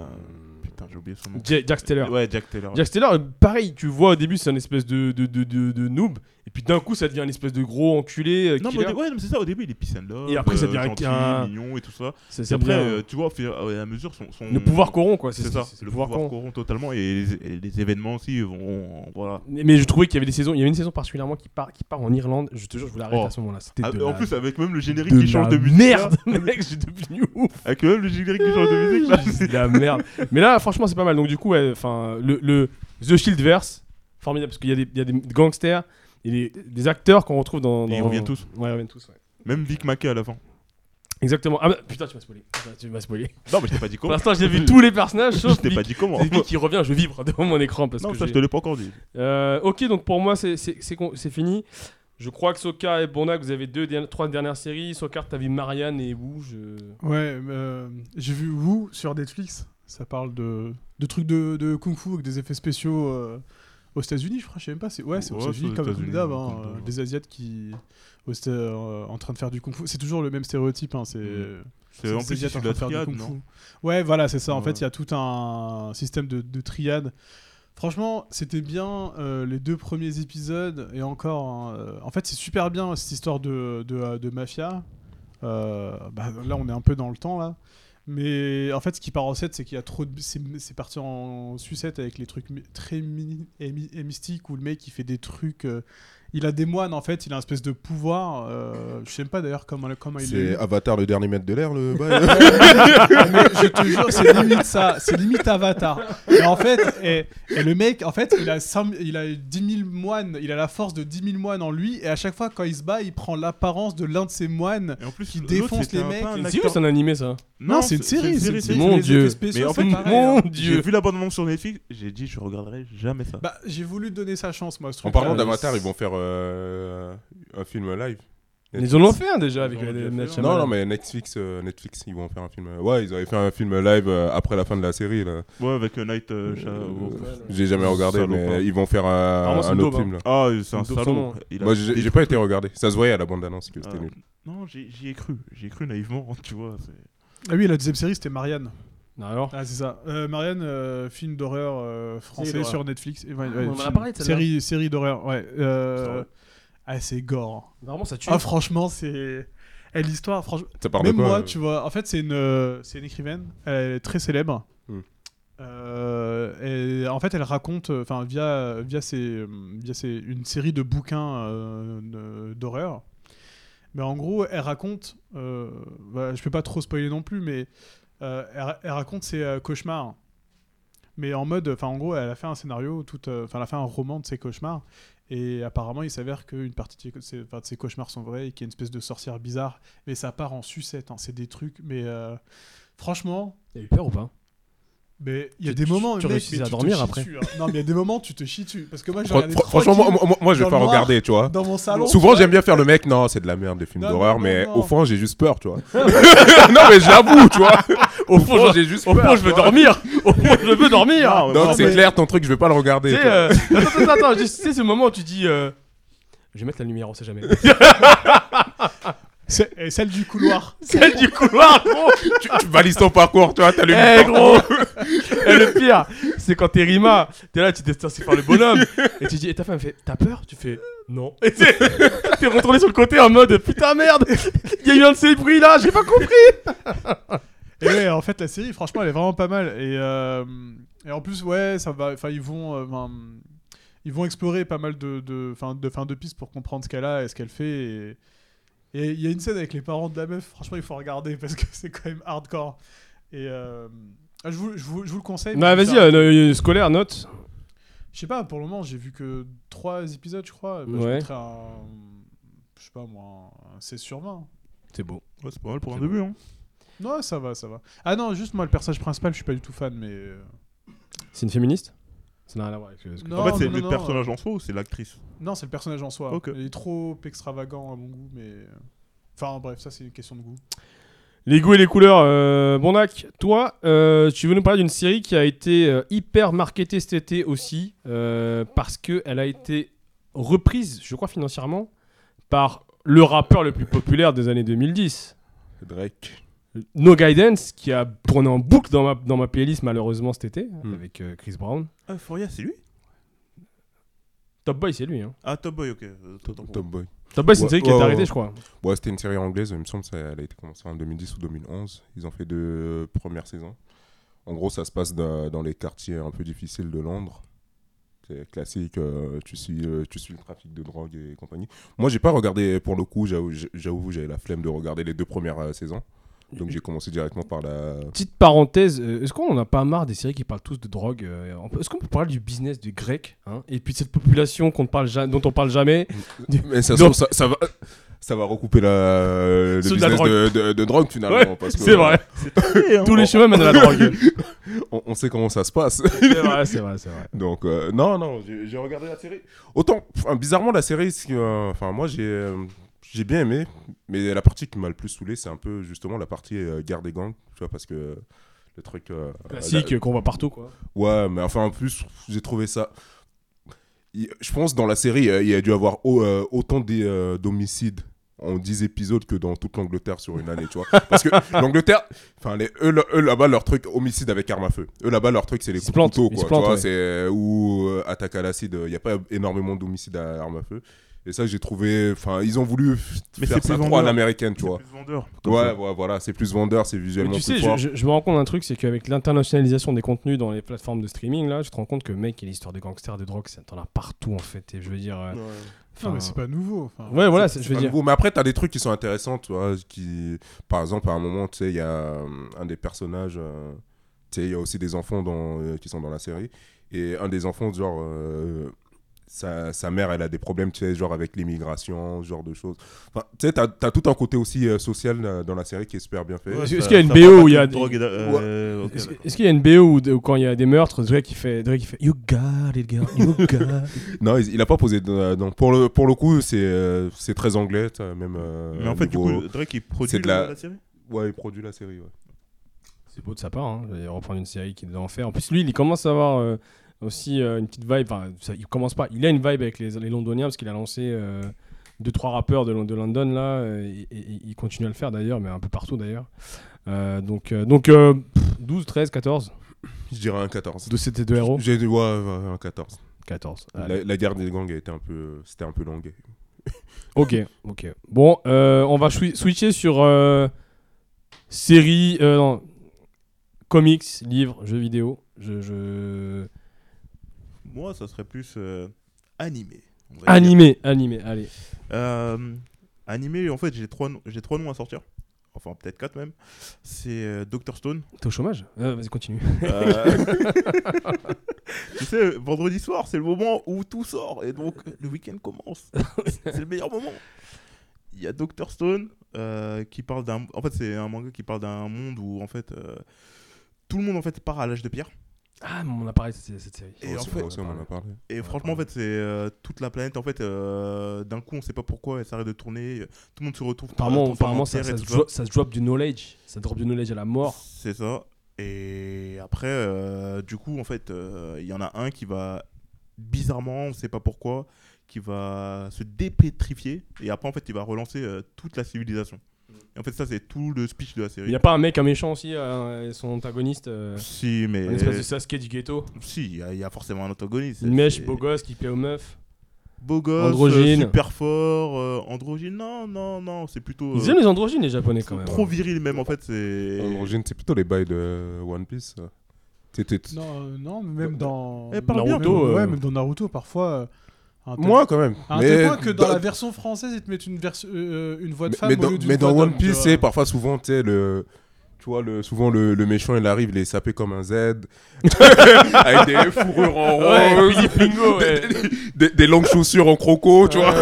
Putain, j'ai oublié son nom.
Ja- Jack Steller.
Ouais, Jack Taylor.
Jack Steller, euh, pareil, tu vois au début c'est un espèce de, de, de, de- de noob, et puis d'un coup ça devient un espèce de gros enculé. euh,
Non, mais
killer.
au dé- ouais, non, mais c'est ça, au début il est peace and love,
Et après, ça
euh,
devient un-
gentil,
un-
mignon et tout ça.
C'est-
Et
c'est
après,
bien.
euh, tu vois, au fur et à mesure, son. son-
le pouvoir corrompt quoi, c'est
C'est ça, le pouvoir
corrompt.
corrompt totalement et les, et les événements aussi vont. Voilà.
Mais mais je trouvais qu'il y avait des saisons, il y avait une saison particulièrement qui part, qui part en Irlande, je te jure, je voulais arrêter
Oh.
à ce moment-là. C'était
Ah,
de
en
la-
plus, avec même le générique
de
qui change de
la
musique. là,
merde, mec, j'ai devenu ouf.
Avec même le générique qui change de musique là.
Bah, C'est de la merde. Mais là, franchement, c'est pas mal. Donc, du coup, ouais, enfin, le, le The Shieldverse, formidable, parce qu'il y, a des- il y a des gangsters et des, des acteurs qu'on retrouve dans.
Et ils
dans-
reviennent tous.
Ouais, ils reviennent tous, ouais.
Même Vic Mackey à la fin.
Exactement. Ah bah, putain, tu m'as spoilé. Putain, Tu m'as spoilé.
Non, mais je t'ai pas dit
Pour
comment.
l'instant, j'ai vu tous les personnages,
Je
sauf
t'ai
Vic.
pas dit comment.
C'est Vic qui revient, je vibre devant mon écran parce
Non,
que
ça, je
j'ai-
te l'ai pas encore dit.
Euh, ok, donc pour moi, c'est- c'est c'est con- c'est fini. Je crois que Sokka et Bondak, vous avez deux, derni- trois dernières séries. Sokka, t'as vu Marianne et Wu. Je...
Ouais, euh, j'ai vu Wu sur Netflix. Ça parle de, de trucs de, de kung-fu avec des effets spéciaux euh, aux États-Unis, je crois. Je sais même pas. c'est- Ouais, c'est aux
Ouais,
États-Unis
c'est aux
comme, comme
États-Unis,
d'hab.
comme
hein,
d'hab,
euh,
ouais.
Des Asiates qui aux Éta- euh, en train de faire du kung-fu. C'est toujours le même stéréotype. hein, c'est
Mhm.
c'est
C'est en
des
plus
Asiates
c'est de la
train de faire
triade,
du
non
kung-fu. Ouais, voilà, c'est ça. En
Ouais.
fait, il y a tout un système de, de triade. Franchement, c'était bien euh, les deux premiers épisodes et encore. hein, euh, en fait, c'est super bien cette histoire de, de, de mafia. Euh, bah, là, on est un peu dans le temps là. Mais en fait, ce qui part en 7, c'est qu'il y a trop de. C'est c'est parti en sucette avec les trucs mi- très mini et, mi- et mystiques où le mec il fait des trucs. euh, il a des moines en fait, il a un espèce de pouvoir. euh, je sais même pas d'ailleurs comment, comment il
C'est
est.
Avatar, le dernier maître de l'air, le bail.
je te jure, c'est limite ça, c'est limite Avatar. Et en fait, et, et le mec, en fait, il a, cinq- il a 10 000 moines, il a la force de 10 000 moines en lui, et à chaque fois quand il se bat, il prend l'apparence de l'un de ses moines.
Et en plus,
Qui
l'autre,
défonce
c'était
les
un-
mecs.
pas un
C'est
acteur-
c'est un animé ça.
Non, c'est une série, c'est une
c'est-
série.
Mon
les
Dieu.
effets spéciaux,
Mais en
c'est
fait,
pareil,
mon
hein.
J'ai
dieu.
vu l'abonnement sur Netflix, j'ai dit je regarderai jamais ça.
Bah, j'ai voulu donner sa chance, moi, ce
En
truc.
parlant
d'Avatar
d'Avatar, ils vont faire euh, un film live.
Ils en ont fait un déjà avec
Ils en ont
euh,
déjà
Night
fait un.
Non,
Shyamalan.
non, mais Netflix, euh, Netflix, ils vont faire un film. euh, Ouais, ils avaient fait un film live euh, après la fin de la série. Là.
Ouais, avec euh, Night euh, Sha-
Euh,
Walker.
J'ai jamais regardé,
Salopard.
mais ils vont faire euh,
Apparemment, hein. c'est
un
une
autre
daube, hein.
film. Là.
Ah, c'est un
Dauphin.
salaud. Il a
Moi, j'ai
des
j'ai pas été regardé. Ça se voyait à la bande-annonce que c'était
Ah,
nul.
Non, j'y j'y ai cru. J'y ai cru naïvement, tu vois. c'est-
Ah oui, la deuxième série, c'était Marianne.
Non, alors
Ah, c'est ça. Euh, Marianne, euh, film d'horreur euh, français
d'horreur.
sur Netflix. Et ouais,
Ah,
ouais,
on en a
film-
parlé de celle-là.
série, série d'horreur, ouais. Euh,
C'est vrai.
ah, c'est gore.
Normalement, ça tue.
Ah, franchement, c'est. Eh, L'histoire, franchement.
Ça part de
Même
quoi
moi,
euh
tu vois. En fait, c'est une, euh, c'est une écrivaine. Elle est très célèbre.
Hmm.
Euh, et en fait, elle raconte, euh, enfin, via, via, ses, euh, via ses, une série de bouquins euh, de- d'horreur. Mais en gros, elle raconte. Euh, bah, je peux pas trop spoiler non plus, mais euh, elle, ra- elle raconte ses euh, cauchemars. Mais en mode, enfin, en gros, elle a fait un scénario, tout, euh, enfin, elle a fait un roman de ses cauchemars. Et apparemment, il s'avère qu'une partie de ses, enfin, de ses cauchemars sont vrais et qu'il y a une espèce de sorcière bizarre. Mais ça part en sucette. hein, C'est des trucs. Mais euh, franchement,
T'as eu peur ou pas
mais il y a
Tu-
des
tu-
moments.
tu
mec,
réussis
mais
à
te
dormir
chies
après.
dessus, hein. Non, mais il y a des moments, tu te chies dessus. Parce que moi, je
Fran-
regardais
fran-
trois
Franchement, moi,
films.
moi- moi, je vais
dans
pas
le noir.
regarder, tu vois.
dans mon salon.
Souvent,
tu vois.
j'aime bien faire le mec, non, c'est de la merde, des films
Non,
d'horreur,
non,
mais
non,
au
non.
fond, j'ai juste peur, tu vois. non, mais je l'avoue, tu vois.
Au fond,
j'ai juste
au fond, je veux dormir Au fond, je veux dormir
Non,
Donc,
Non,
c'est
mais-
clair, ton truc, je vais pas le regarder.
Tu sais,
tu vois.
euh, attends, attends, attends, juste, tu sais, ce moment où tu dis. euh, Je vais mettre la lumière, on sait jamais.
C'est- et celle du couloir.
Celle du couloir, gros
tu, tu valises ton parcours, tu vois, t'as
Eh
le micro.
gros Eh, Le pire, c'est quand t'es Rima, t'es là, tu t'es censé faire le bonhomme, et tu dis, et ta femme fait, t'as peur Tu fais, non. Et t'es t'es retourné sur le côté en mode, putain merde, il y a eu un de ces bruits là, j'ai pas compris
Et ouais, en fait, la série, franchement, elle est vraiment pas mal. Et, euh, et en plus, ouais, ça va. Enfin, ils vont. euh, enfin, ils vont explorer pas mal de, de, fin, de, fin de pistes pour comprendre ce qu'elle a et ce qu'elle fait. Et et il y a une scène avec les parents de la meuf, franchement, il faut regarder parce que c'est quand même hardcore. Et euh, ah, je, vous, je, vous, je vous le conseille.
Bah
parce que
vas-y,
ça-
euh, scolaire, note.
Je sais pas, pour le moment, j'ai vu que 3 épisodes, je crois. Bah, Je
Ouais.
mettrais un. Je sais pas moi, un 16 sur 20.
C'est beau.
Ouais, c'est pas mal pour un
C'est
début. Hein.
Non, ça va, ça va. Ah non, juste moi, le personnage principal, je suis pas du tout fan, mais. euh,
C'est une féministe Ça n'a rien à voir avec euh, ce que
Non,
en fait, c'est
non,
le
non,
personnage en soi ou c'est l'actrice
Non, c'est le personnage en soi.
Ok.
Il est trop extravagant à mon goût, mais. euh, Enfin, bref, ça, c'est une question de goût.
Les goûts et les couleurs, euh, Bondac, toi, euh, tu veux nous parler d'une série qui a été euh, hyper marketée cet été aussi, euh, parce qu'elle a été reprise, je crois financièrement, par le rappeur le plus populaire des années 2010,
Drake.
No Guidance, qui a tourné en boucle dans ma, dans ma playlist malheureusement cet été,
Hmm.
avec euh, Chris Brown.
Ah, Foria, c'est lui
Top Boy, c'est lui. Hein.
Ah, Top Boy, ok. Euh, autant pour
Top
moi.
Boy.
Top Boy, c'est une
Ouais,
série qui a
ouais,
été
ouais,
arrêtée,
ouais.
je crois.
Ouais, c'était une série anglaise, il me semble, ça, elle a été commencée en 2010 ou 2011. Ils ont fait deux premières saisons. En gros, ça se passe dans, dans les quartiers un peu difficiles de Londres. C'est classique, euh, tu, suis, euh, tu suis le trafic de drogue et compagnie. Moi, j'ai pas regardé, pour le coup, j'avoue- j'avoue, j'avais la flemme de regarder les deux premières euh, saisons. Donc, j'ai commencé directement par la.
Petite parenthèse, euh, est-ce qu'on n'a pas marre des séries qui parlent tous de drogue euh, on peut- Est-ce qu'on peut parler du business du grec hein, Et puis de cette population qu'on ne parle ja- dont on parle jamais
Mais ça, se
Donc-
trouve, ça, ça va. Ça va recouper la, le
Ceux de
business
la
de, de- de drogue finalement.
Ouais,
parce que, euh,
c'est vrai. Tous les chemins mènent à la drogue.
On, on sait comment ça se passe.
c'est vrai, c'est vrai, c'est vrai.
Donc, euh, non, non, j'ai j'ai regardé la série. Autant, enfin, bizarrement, la série, c'est que, euh, enfin, moi, j'ai euh, j'ai bien aimé, mais la partie qui m'a le plus saoulé, c'est un peu justement la partie euh, guerre des gangs, tu vois, parce que euh, le truc. euh,
Classique euh, qu'on voit partout, quoi.
la- ouais, mais enfin, en plus, j'ai trouvé ça. Il- Je pense dans la série, euh, il y a dû avoir au- euh, autant des, euh, d'homicides en 10 épisodes que dans toute l'Angleterre sur une année, tu vois. Parce que l'Angleterre, enfin, les- eux, là- eux, là-bas, leur truc, homicide avec arme à feu. Eux, là-bas, leur truc, c'est les
Ils se
coups de
plantent,
couteau,
ils
quoi.
se
tu
plantent,
vois,
ouais.
c'est, euh, ou euh, attaque à l'acide. Il n'y a pas énormément d'homicides à arme à feu. Et ça, j'ai trouvé. Enfin, ils ont voulu f-
Mais
faire
c'est
ça
plus
trop à
vendeur.
l'américaine, tu
C'est
vois.
plus vendeur.
Ouais,
comme ça.
ouais, voilà, c'est plus vendeur, c'est
Mais
visuellement
tu sais,
plus
je,
fort.
je- je me rends compte d'un truc, c'est qu'avec l'internationalisation des contenus dans les plateformes de streaming, là, je te rends compte que, mec, il y a l'histoire de gangsters, de drogue, ça t'en as partout, en fait. Et je veux dire. euh,
Non, mais
enfin,
c'est pas nouveau. enfin.
Ouais, voilà, c'est- je
C'est
veux
pas
dire.
nouveau. Mais après, t'as des trucs qui sont intéressants, tu vois. Qui... Par exemple, à un moment, tu sais, il y a euh, un des personnages. euh, Tu sais, il y a aussi des enfants dans, euh, qui sont dans la série. Et un des enfants, genre. euh, sa, sa mère, elle a des problèmes, tu sais, genre avec l'immigration, ce genre de choses. Enfin, tu sais, t'as as tout un côté aussi euh, social euh, dans la série qui est super bien fait.
Ouais,
Ouais,
Est-ce qu'il
ça-
y a une
ça
BO
parle
où
pas
il y a
que de
des-
drogue et d'a- euh, ok,
Est-ce
d'accord.
est-ce qu'il y a une BO où, de- où quand il y a des meurtres, Drake qui fait, Drake qui fait You got it, girl, you got it.
Non, il, il a pas posé. de- euh, non, pour le pour le coup, c'est euh, c'est très anglais, t'as même. euh,
Mais en fait, du
niveau-
coup, Drake, il produit
c'est de
la...
la-
la série
ouais, il produit la série. ouais.
C'est beau de sa part, hein, de reprendre une série qu'il doit en faire. En plus, lui, il commence à avoir euh, aussi euh, une petite vibe. Enfin, ça- il commence pas. Il a une vibe avec les, les Londoniens parce qu'il a lancé euh, deux trois rappeurs de, Lon- de London là. euh, et, et- et il continue à le faire d'ailleurs, mais un peu partout d'ailleurs. Euh, donc, euh, donc euh, pff, 12, 13, 14.
Je dirais un 14.
De c'était deux héros.
J'ai dit ouais, ouais, un 14.
14.
La, la guerre des gangs a été un peu, c'était un peu longue.
Ok, ok. Bon, euh, on va swi- switcher sur euh, série, euh, non, comics, livres, jeux vidéo. Je, je...
Moi, ça serait plus euh, animé. on va dire.
Animé, animé, allez.
Euh, animé, en fait, j'ai trois, no- j'ai trois noms à sortir. Enfin, peut-être quatre même. C'est euh, Dr Stone.
T'es au chômage Euh, Vas-y, continue.
Euh, tu sais, vendredi soir, c'est le moment où tout sort. Et donc, le week-end commence. c'est le meilleur moment. Il y a Dr. Stone euh, qui parle d'un. En fait, c'est un manga qui parle d'un monde où, en fait, euh, tout le monde en fait part à l'âge de pierre.
Ah, mais on a parlé de cette, cette série.
Et,
Ouais,
en
c'est
fait,
vrai, ça, on en a parlé.
et franchement, en fait, c'est euh, toute la planète. En fait, euh, d'un coup, on sait pas pourquoi, elle s'arrête de tourner. Tout le monde se retrouve.
Apparemment,
euh, transformé
apparemment
en
ça,
pierre et
ça se
tout
dro- ça se drop du knowledge. Ça drop du knowledge à la mort.
C'est ça. Et après, euh, du coup, en fait, euh, il y en a un qui va, bizarrement, on ne sait pas pourquoi, qui va se dépétrifier. Et après, en fait, il va relancer euh, toute la civilisation.
Mm.
Et en fait, ça, c'est tout le speech de la
Il
série.
n'y a pas un mec, un méchant aussi, euh, son antagoniste euh,
Si,
Un
mais.
espèce de Sasuke du ghetto.
Si, il y, a- il y a forcément un antagoniste.
Une mèche,
C'est-
beau gosse qui plaît aux meufs.
Beau gosse,
androgyne.
euh, super fort, euh, androgyne. Non, non, non, c'est plutôt.
Ils
euh,
aiment les androgynes, les japonais quand même. hein.
trop viril, même, en fait. C'est.
Androgyne, c'est plutôt les bails de One Piece. ça. T'es- t'es- t'es-
Non, euh, non, mais même dans
Eh, parle
même-
bien.
ouais,
euh.
même dans Naruto, parfois. euh, à un tel-
Moi quand même.
à un
Mais
tel Ah, point que dans
dans-
la version française, ils te mettent une, verse- euh, une voix de
mais-
femme
mais
au
dans,
lieu d'une
mais dans
voix
One
d'homme, tu
Piece,
vois.
c'est parfois souvent, tu sais, le. Tu vois, le, souvent le, le méchant il arrive, il est sapé comme un Z, avec des fourrures en
Ouais,
rose,
Billy Fringo, ouais.
des, des longues chaussures en croco, tu vois.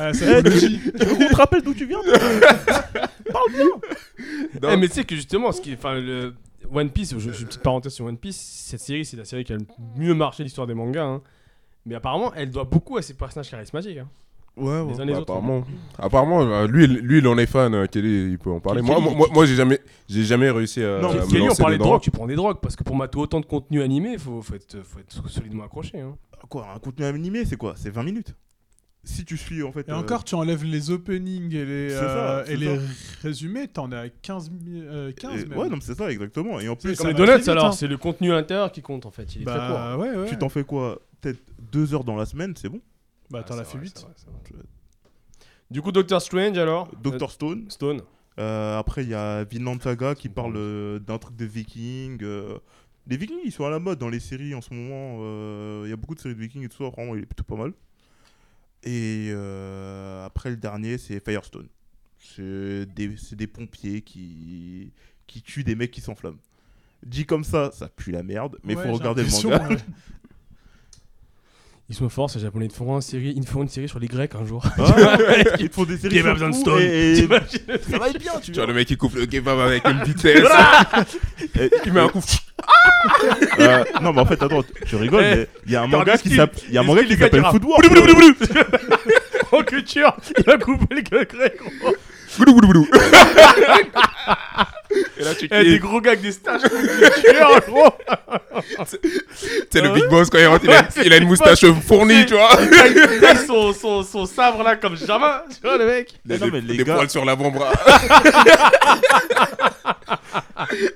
Ah, ça,
Eh, tu- tu- on te rappelle d'où tu viens toi
Non.
Eh, mais tu sais que justement, ce qui, enfin, le One Piece, je, je une petite parenthèse sur One Piece, cette série, c'est la série qui a le mieux marché de l'histoire des mangas. hein. Mais apparemment, elle doit beaucoup à ses personnages charismatiques. hein.
Ouais,
Les uns
Bah,
les autres. hein.
apparemment, apparemment euh, lui, lui, il en est fan, euh, Kelly, il peut en parler.
Kelly,
Moi,
il-
moi, moi j'ai jamais, j'ai jamais réussi à.
Non,
me
Kelly, on
lancer
parlait de
dedans.
drogue, tu prends des drogues, parce que pour mater autant de contenu animé, faut, faut, être, faut être solidement accroché. hein.
Quoi, un contenu animé, c'est quoi C'est 20 minutes. Si tu suis en fait.
Et
euh,
encore, tu enlèves les openings et les,
C'est
euh,
ça, c'est
et les
ça.
résumés, t'en es à 15, mi- euh, 15
euh,
même.
ouais, non, mais c'est ça, exactement. Et en plus,
C'est
Comme les
ça va
donuts,
très vite,
alors,
hein.
c'est le contenu à l'intérieur qui compte en fait. Il est très court.
bah, ouais, ouais.
tu t'en fais quoi Peut-être deux heures dans la semaine, c'est bon.
Bah, t'en
Ah,
as
c'est
fait
vrai,
8.
c'est vrai, c'est vrai. Du coup, Doctor Strange alors
Doctor Stone.
Euh, Stone.
Euh, après, il y a Vinland Saga qui parle euh, d'un truc de viking. euh, Les vikings, ils sont à la mode dans les séries en ce moment. euh, Il y a beaucoup de séries de vikings et tout ça. Vraiment, il est plutôt pas mal. Et euh, après, le dernier, c'est Firestone. C'est des, c'est des pompiers qui, qui tuent des mecs qui s'enflamment. Dit comme ça, ça pue la merde, mais
Ouais,
faut
j'ai
regarder le
l'impression,
manga.
ouais.
Ils sont forts, ces japonais. Ils feront une série, ils feront une série sur les Grecs un jour.
Ouais, ils te font des séries.
Game of
sur
the
tout
Stone.
et- et-
T'imagines
Ça va être bien,
Tu
tu
vois,
vois.
le mec qui coupe le kebab avec une vitesse.
Et-
il met un coup.
Euh, non, mais en fait, attends, tu rigoles,
Eh,
mais il y a un
Carlos
manga qui
Kidd.
s'appelle- il y a un
Est-ce
manga
qu'il
qui
fait du
s'appelle
rap
Footwork.
Boulou, boulou, boulou. En culture, il a coupé le grec.
Goulou, goulou, goulou. Et là, tu
Des
kiffes.
gros gars avec des stages de culture, gros.
C'est le big boss quand il rentre, il a, il a une moustache fournie, tu vois.
Il taille son, son, son sabre là comme jamais, tu vois le mec.
Il a
non,
des,
mais les
des
gars-
poils sur l'avant-bras.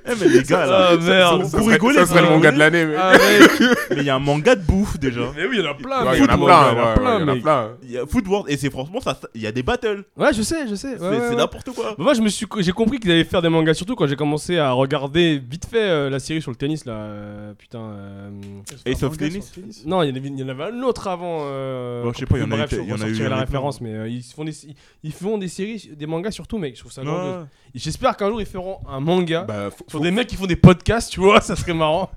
Eh, mais les gars, là,
Ah, merde.
Ça
vous
serait-
rigolez,
Ça serait le
vous
manga de l'année,
rigolez
mais.
Ah, mec.
mais il y a un manga de bouffe déjà.
Mais oui, il y en a plein.
Ouais,
mec.
Il y en a plein,
Ah, il y en a
ouais, ouais, il y en a
mec.
plein.
Il y a Footworld, et c'est franchement, ça, ça- il y a des battles.
Ouais, je sais, je sais.
C'est
ouais, ouais,
c'est
ouais.
n'importe quoi.
Moi, je me suis, j'ai compris qu'ils allaient faire des mangas surtout quand j'ai commencé à regarder vite fait euh, la série sur le tennis là. euh, putain. euh,
C'est un
Ace of
manga
Tennis.
sur le tennis.
Non, il y en avait- il y en avait un autre avant. euh,
Bon, je sais pas, il y en a
bref,
eu- il y en a
ressortirai
eu un
la
autre.
référence, mais euh, ils font des, ils- ils font des séries, des mangas surtout, mec. Je trouve ça grandiose.
Ouais.
Et J'espère qu'un jour ils feront un manga
Bah, faut-
sur des mecs qui font des podcasts, tu vois, ça serait marrant.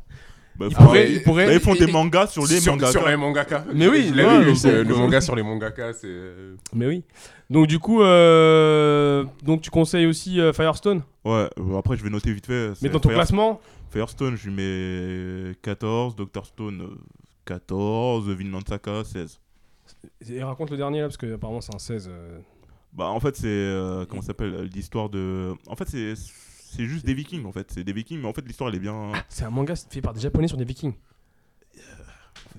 Bah,
Ils
faut-
pourraient-
bah,
ils pourraient-
ils font
et-
des mangas sur les
sur,
mangas.
sur les mangaka.
Mais oui,
Je l'ai
ouais,
vu,
donc-
c'est le manga sur les mangaka, c'est. euh,
Mais oui. Donc du coup, euh, donc tu conseilles aussi euh, Firestone.
Ouais, euh, après je vais noter vite fait. c'est
Mais dans ton
Fire-
classement,
Firestone, je lui mets 14, Doctor Stone euh, 14, Vinland Saga 16.
et raconte le dernier là parce que apparemment c'est un 16. euh.
Bah en fait c'est euh, comment ça s'appelle euh, l'histoire de en fait c'est c'est juste des vikings en fait, c'est des vikings mais en fait l'histoire elle est bien
C'est un manga fait par des japonais sur des vikings.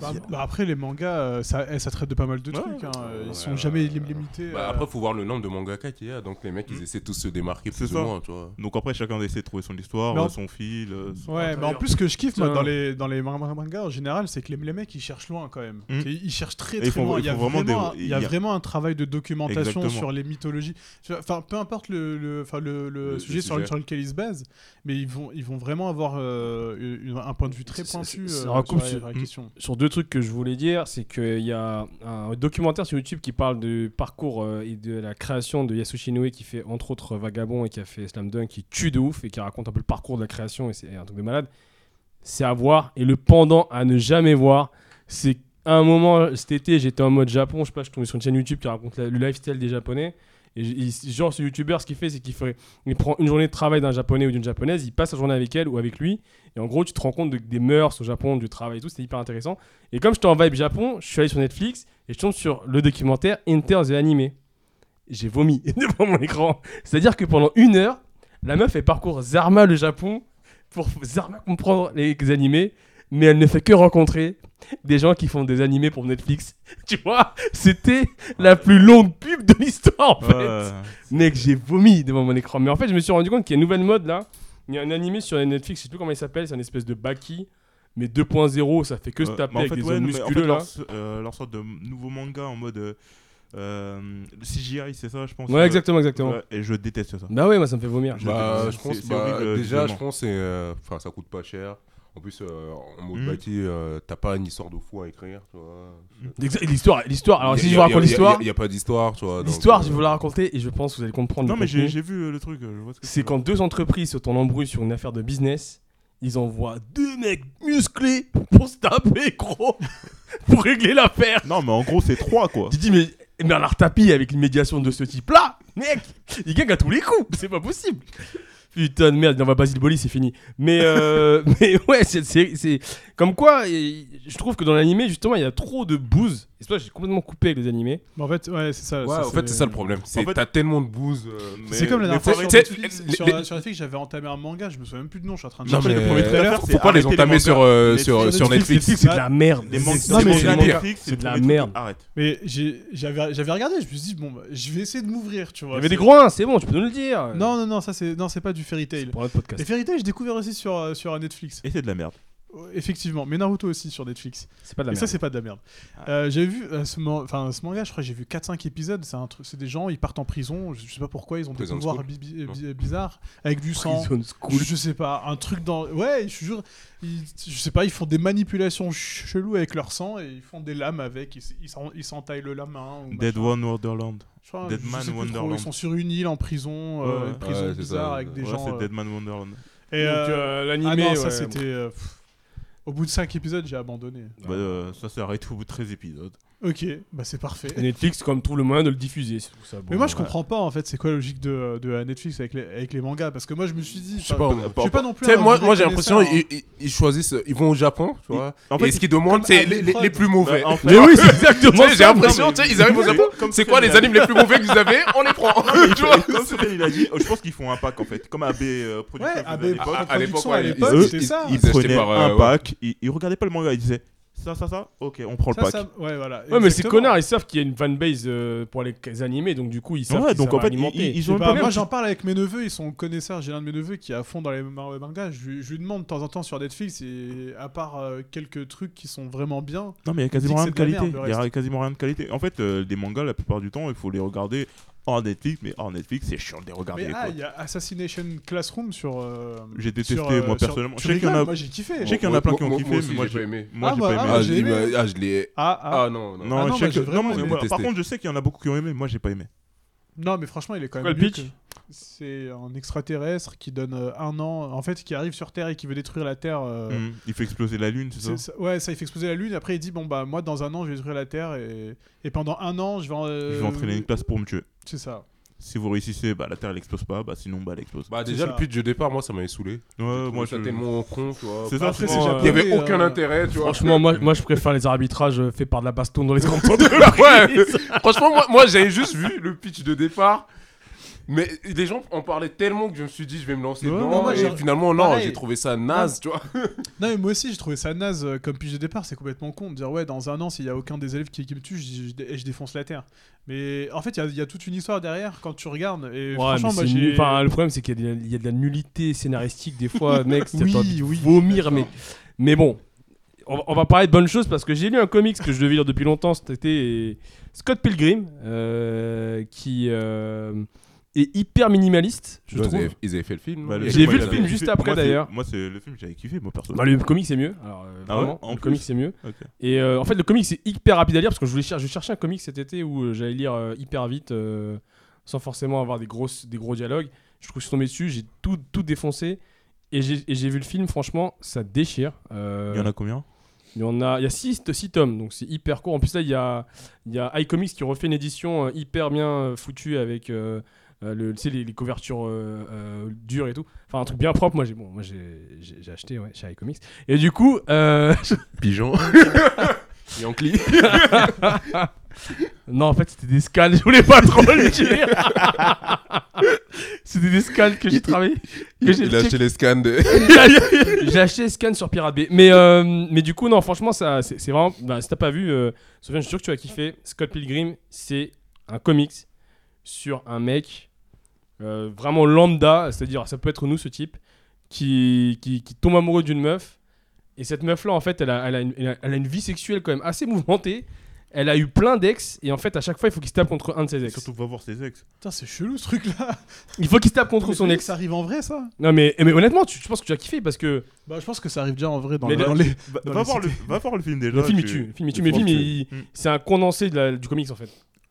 Bah, bah, après, les mangas, euh, ça, eh, ça traite de pas mal de
Ouais.
trucs. hein, euh,
Ouais,
Ils sont
ouais,
jamais
ouais,
lim-
ouais.
limités.
Bah,
euh,
après, faut voir le nombre de mangaka qu'il y a. Donc, les mecs, ils essaient tous de se démarquer
Hmm. C'est
plus ou
ça.
moins, tu vois.
Donc après chacun essaie de trouver son histoire,
Non.
euh, son fil, euh, son-
Ouais, mais en plus, ce que je kiffe moi,
Tiens.
dans les, dans les man- man- mangas en général, c'est que les, les mecs ils cherchent loin quand même.
Mm.
C'est- Ils cherchent très
Et
très
ils font-
loin.
ils
Il y, a
font vraiment
vraiment,
des-
il y a
il y a-
vraiment un travail de documentation
Exactement.
sur les mythologies. Tu vois, Enfin, peu importe le, le, enfin, le, le
Le- le
sujet, sur,
sujet.
sur lequel ils se basent, mais ils vont, ils vont vraiment avoir euh, une- un point de vue très
C'est- c'est-
pointu euh,
ça
sur
recoupe
la-
sur-
sur la
Mm.
question.
Sur deux trucs que je voulais dire, c'est qu'il y a un documentaire sur YouTube qui parle du parcours euh, et de la création de Yasushi Inoue qui fait entre autres Vagabond et qui a fait Slam Dunk, qui tue de ouf et qui raconte un peu le parcours de la création et c'est un truc de malade. C'est à voir et le pendant à ne jamais voir, c'est à un moment cet été j'étais en mode Japon, je sais pas, je suis tombé sur une chaîne YouTube qui raconte la- le lifestyle des Japonais. Et j- il- genre ce youtubeur ce qu'il fait c'est qu'il fait- il prend une journée de travail d'un japonais ou d'une japonaise, il passe la journée avec elle ou avec lui et en gros, tu te rends compte de- des mœurs au Japon, du travail et tout, c'était hyper intéressant. Et comme j'étais en vibe Japon, je suis allé sur Netflix et je tombe sur le documentaire Inter the Anime. J'ai vomi devant mon écran. C'est-à-dire que pendant une heure, la meuf, elle parcourt Zarma le Japon pour Zarma comprendre les animés, mais elle ne fait que rencontrer des gens qui font des animés pour Netflix. Tu vois, c'était la plus longue pub de l'histoire en fait.
Ouais.
Mec, j'ai vomi devant mon écran. Mais en fait, je me suis rendu compte qu'il y a une nouvelle mode là. Il y a un animé sur Netflix, je sais plus comment il s'appelle, c'est une espèce de Baki, mais 2.0, ça fait que se
Ouais,
taper
mais en
avec
fait,
des
ouais,
hommes
mais en fait,
musculeux là.
Leur, euh, leur sorte de nouveau manga en mode euh, euh, CGI, c'est ça, je pense.
Ouais,
euh,
exactement, exactement.
ouais, et je déteste ça.
Bah ouais, moi ça me fait vomir.
Je-
Bah, je
c'est-
pense,
c'est
bah,
horrible,
déjà, je
visuellement.
pense, c'est, euh, enfin, ça coûte pas cher. En plus, euh, en mode
Mhm.
bâti, euh, t'as pas une histoire de fou à écrire, tu vois.
Exa- L'histoire, l'histoire. Alors
Y a-
si
y
je
a-
vous
y a-
raconte
y a-
l'histoire,
y a- y a pas d'histoire, tu vois. donc,
l'histoire,
euh,
je vais vous la raconter et je pense que vous allez comprendre.
Non,
le
mais j'ai
contenu.
j'ai vu euh, le truc. euh, je vois ce que
C'est quand deux entreprises se tournent en brouille sur une affaire de business, ils envoient deux mecs musclés pour se taper, gros, pour régler l'affaire.
Non, mais en gros, c'est trois quoi.
Tu te dis, mais Bernard Tapie avec une médiation de ce type-là, mec, il gagne à tous les coups, c'est pas possible. Putain de merde, on va Basile Boli, c'est fini. Mais, euh, mais ouais, c'est- c'est c'est- comme quoi, et- je trouve que dans l'animé, justement, il y a trop de bouse. Et c'est pour ça que j'ai complètement coupé avec les animés.
Mais en fait, ouais, c'est ça.
Ouais, en fait, c'est ça le problème. C'est
fait-
t'as tellement de bouse. euh, mais-
C'est comme la
mais
dernière fois
faut-
sur
tu sais,
Netflix,
les-
sur-
les-
sur Netflix, j'avais entamé un manga, je me souviens même plus de nom, je suis en train de
Non,
chercher
mais-
le premier trailer.
Faut pas les entamer sur, euh, sur,
Netflix.
sur Netflix.
c'est de la merde.
Les
C'est-
mangas,
c'est-
mais
c'est-
c'est
mangas
de la
Netflix,
c'est de
le
la
premier truc.
merde.
Arrête.
Mais j'ai- j'avais j'avais regardé, je me suis dit, bon, bah, je vais essayer de m'ouvrir, tu vois.
Il y avait des
c'est-
gros uns, c'est bon, tu peux nous le dire.
Non, non, non, ça c'est non, c'est pas du fairy
C'est
tale.
pour notre
Les
podcast.
fairy tale, j'ai découvert aussi sur, euh, sur euh, Netflix.
Et c'est de la merde.
Effectivement, mais Naruto aussi sur Netflix.
C'est pas de
Et
la
ça,
merde. Ah.
c'est pas de la merde. Euh, j'ai vu euh, ce, man- enfin, ce manga, je crois, que j'ai vu 4-5 épisodes. C'est un truc, c'est des gens, ils partent en prison, je je sais pas pourquoi, ils ont des
Prison
pouvoirs
school.
bi- bi-
Non.
bi- bizarres, avec du sang.
Prison School.
Je, je sais pas, un truc dans. Ouais, je jure. Ils, je sais pas, ils font des manipulations ch- cheloues avec leur sang et ils font des lames avec. Ils s- ils s'en- ils s'entaillent le la main. ou
Dead
machin.
One Wonderland.
Je crois,
Dead
je
Man
sais plus trop,
Wonderland.
Ils sont sur une île en prison, euh,
Ouais,
une prison
ouais, c'est ça,
bizarre
ouais.
avec des
Ouais,
gens.
c'est
euh,
Dead Man Wonderland.
Et
Donc,
euh,
euh,
ah
l'animé,
non, ça
ouais.
c'était. euh, pff, Au bout de 5 épisodes, j'ai abandonné.
Bah, euh, ça s'arrête au bout de 13 épisodes.
Ok, bah c'est parfait.
Netflix, comme trouve le moyen de le diffuser. c'est tout ça.
Mais
Bon,
moi je
ouais.
comprends pas en fait c'est quoi la logique de, euh, de la Netflix avec les, avec les mangas parce que moi je me suis dit
Je sais
enfin,
pas.
je suis pas non
Tu
plus
sais,
un
moi,
vrai
moi j'ai
connaisseur,
l'impression
hein.
ils, ils- ils choisissent, ils vont au Japon, tu vois.
En fait,
et ce qu'ils demandent,
comme
c'est
à
les, les-
l'épreuve.
les plus mauvais.
Bah, en fait,
Mais oui, c'est
Tu
exactement
sais, j'ai
ça.
l'impression,
mais-
tu sais, ils arrivent au Japon. C'est quoi les animes les plus mauvais que vous avez On les prend. Tu vois
comme Cyril, il a dit, oh, je pense qu'ils font un pack en fait. Comme AB euh, Production.
Ouais,
faisait à
AB
l'époque.
À-
Production.
à l'époque,
à
ouais,
l'époque,
ils-
c'était
ils-
ça.
ils
Ils
achetaient
prenaient
par, euh,
un
ouais.
pack, ils, ils regardaient pas le manga, ils disaient ça, ça, ça, ok, on prend le
Ça,
pack.
ça- ouais, voilà,
Ouais, mais ces
exactement.
connards, ils savent qu'il y a une fanbase euh, pour les animés, donc du coup, ils savent
Ouais,
que
donc
ça
en
va
fait,
alimenter.
ils, ils
Je sais
ont le
pas,
problème.
moi j'en parle avec mes neveux, ils sont connaisseurs. J'ai l'un de mes neveux qui est à fond dans les mar- mangas. Je, lui- je lui demande de temps en temps sur Netflix, et à part euh, quelques trucs qui sont vraiment bien.
Non, mais il y a
dit que
quasiment rien de
c'est de la
qualité.
merde,
Il
le
y a quasiment rien de qualité. En fait, euh, des mangas, la plupart du temps, il faut les regarder en Netflix, mais en Netflix, c'est chiant de les regarder.
Mais
quoi.
ah, il y a Assassination Classroom sur. euh,
J'ai détesté,
sur, euh,
moi,
sur-
personnellement.
tu
Je sais qu'il y en
rigoles,
a-
Moi j'ai kiffé.
Je sais qu'il y en a plein qui ont
Moi-
kiffé,
moi aussi,
mais moi
j'ai pas aimé.
Moi,
Ah,
j'ai
bah,
pas
ah,
aimé.
Ah,
bah,
je
j'ai aimé.
l'ai- ah, je l'ai.
Ah, ah.
Ah non, non.
non,
Ah, non,
je sais
moi, j'ai
que- non,
vraiment
mais
aimé.
moi, par
Détesté.
contre, je sais qu'il y en a beaucoup qui ont aimé. Moi, j'ai pas aimé.
Non, mais franchement, il est quand
Quoi,
même.
le
mieux
pitch
que- c'est un extraterrestre qui donne euh, un an, en fait, qui arrive sur Terre et qui veut détruire la Terre. euh,
Mhm. Il fait exploser la lune, c'est ça
c'est ça- ouais, ça, il fait exploser la Lune. Après, il dit Bon, bah, moi, dans un an, je vais détruire la Terre. Et, et pendant un an, je vais. en- euh,
Je vais entraîner une classe pour me tuer.
C'est ça.
Si vous réussissez, bah, la Terre elle explose pas, bah, sinon bah, elle explose.
Bah,
C'est
déjà,
ça.
le pitch de départ, moi, ça m'avait saoulé.
ouais, moi
ça
je.
tellement con, tu vois.
C'est ça,
Après,
c'est
c'est
bon,
Il n'y
japonais,
avait
euh,
aucun intérêt, tu vois.
Franchement, moi, moi je préfère les arbitrages euh, faits par de la baston dans les 30
Ouais. Franchement, moi, moi j'avais juste vu le pitch de départ. Mais les gens en parlaient tellement que je me suis dit, je vais me lancer
Ouais,
dedans.
non, moi,
et
j'ai-
finalement, non,
pareil.
j'ai trouvé ça naze, tu vois.
Non, mais moi aussi, j'ai trouvé ça naze euh, comme pitch de départ. C'est complètement con de dire Ouais, dans un an, s'il y a aucun des élèves qui, qui me tue, je, je dé- je défonce la Terre. Mais en fait, il y a- il y, a toute une histoire derrière quand tu regardes.
Ouais,
Et
mais
franchement, moi,
c'est
j'ai.
nul. Enfin, le problème, c'est qu'il y, a de- il y a de la nullité scénaristique des fois, mec. c'est-
Oui,
t'as envie de
oui,
Vomir, mais, mais bon. On, va- on va parler de bonnes choses parce que j'ai lu un comics que je devais lire depuis longtemps. C'était Scott Pilgrim, euh, qui euh, est hyper minimaliste, je trouve.
Ils avaient fait le film.
Bah,
J'ai vu
moi,
le
j'avais
film
kiffé.
juste après,
Moi, c'est-
d'ailleurs.
Moi, c'est le film, j'avais kiffé, moi perso.
Bah, le comic c'est mieux. Alors, euh,
Ah ouais,
vraiment,
en
le
plus.
comic c'est mieux.
Ok.
Et euh, en fait, le comic c'est hyper rapide à lire parce que je voulais cher- je cherchais un comic cet été où euh, j'allais lire euh, hyper vite euh, sans forcément avoir des, grosses, des gros dialogues. Je trouve que je suis tombé dessus, j'ai tout, tout défoncé et j'ai et j'ai vu le film. Franchement, ça déchire. Euh,
Il y en a combien
il y en a, il y a six, six tomes, donc c'est hyper court. En plus là, il y a, il y a iComics qui refait une édition euh, hyper bien euh, foutue avec euh, euh, le, tu sais, les, les couvertures euh, euh, dures et tout. Enfin un truc bien propre. Moi j'ai, bon, moi j'ai, j'ai- j'ai acheté ouais, chez iComics. Et du coup, euh,
Pigeon. Yankee.
non en fait c'était des scans. Je voulais pas trop le dire. c'était des scans que j'ai travaillé. que j'ai
Il a acheté les scans de.
J'ai acheté Scan sur Pirate Bay. Mais, euh, mais du coup, non, franchement, ça, c'est, c'est vraiment. bah, si t'as pas vu, euh, Sofiane, je suis sûr que tu vas kiffer. Scott Pilgrim, c'est un comics sur un mec euh, vraiment lambda, c'est-à-dire, ça peut être nous, ce type, qui, qui, qui tombe amoureux d'une meuf. Et cette meuf-là, en fait, elle a, elle, a une, elle a- elle a une vie sexuelle quand même assez mouvementée. Elle a eu plein d'ex, et en fait, à chaque fois, il faut qu'il se tape contre un de ses ex.
Surtout, va voir ses ex.
Putain, c'est chelou ce truc-là.
Il faut qu'il se tape contre
Mais
son
ça-
ex.
Ça arrive en vrai, ça
Non, mais, mais honnêtement, tu, je pense que tu as kiffé parce que.
Bah, je pense que ça arrive déjà en vrai dans,
Mais
dans
le-
les.
Bah,
Dans
va,
les
voir le, va voir le film déjà.
Le film il
tu-
tue, le film il tue,
tu
mais le
penses
film
que-
il-
Mm.
c'est un condensé de la- du comics en fait.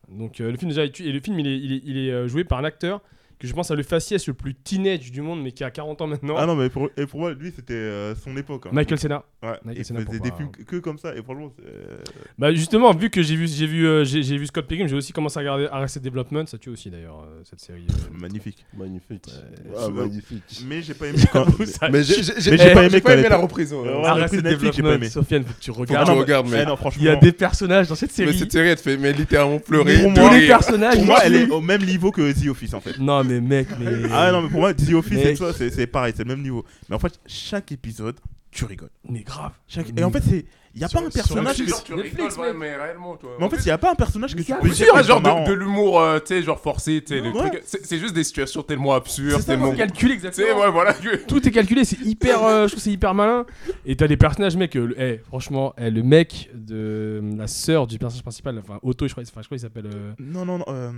Donc euh, le film déjà il tue, et le film il est, il est- il est, euh, joué par un acteur que je pense à le faciès le plus teenage du monde mais qui a 40 ans maintenant.
Ah non, mais pour, et pour moi, lui, c'était euh, son époque. hein.
Michael Cena.
Ouais,
Michael
il
Cena
faisait
pour
des
moi,
films
hein.
que- que comme ça. Et franchement, c'est, euh,
Bah justement vu que j'ai vu j'ai vu euh, j'ai j'ai vu Scott Pilgrim j'ai aussi commencé à regarder Arrested Development ça tue aussi d'ailleurs euh, cette série. euh.
magnifique.
Magnifique.
Ouais,
magnifique.
Mais j'ai pas aimé quand.
Vous savez,
Mais j'ai j'ai-
Mais
j'ai
j'ai pas
pas,
aimé
j'ai
quand
pas aimé
elle
la
était-
reprise. ouais.
Ouais, ouais.
Arrested
Ah, Arrested Netflix, j'ai pas
Development
aimé.
Sofiane faut que tu
Faut que
regardes.
tu
mais-
regardes, mais.
Eh non, franchement.
Il y a des personnages dans cette
Mais
série.
cette série, elle te fait mais littéralement pleurer.
Pour
de
moi,
Tous les
rire.
personnages.
Pour moi, elle est
ils-
au même niveau que The Office en fait.
Non mais mec mais.
Ah non, mais pour moi, The Office et
Mec.
tout ça, c'est c'est pareil, c'est le même niveau. Mais en fait, chaque épisode, tu rigoles.
mais grave.
Chaque- Et en fait, c'est. Il n'y a
Sur-
pas un
sur
personnage.
Netflix,
que-
tu
Mm. Netflix,
rigoles,
mec.
ouais, mais réellement, toi.
Mais en fait, il n'y a pas un personnage que
Mais
tu
ça-
peux
Mais c'est
dire
pas
que c'est
genre de,
marrant.
de l'humour, euh, tu sais, genre forcé, tu sais, le
Ouais.
truc. C'est c'est juste des situations tellement absurdes,
C'est ça,
tellement.
c'est-
Tu
Calcule
sais,
exactement.
ouais, voilà. que-
Tout est calculé, c'est hyper, euh, je trouve que c'est hyper malin. Et t'as des personnages, mec. euh, le- eh, franchement, eh, le mec de euh, la sœur du personnage principal, enfin Otto, je crois, enfin, je crois il s'appelle euh,
Non, non, non. euh,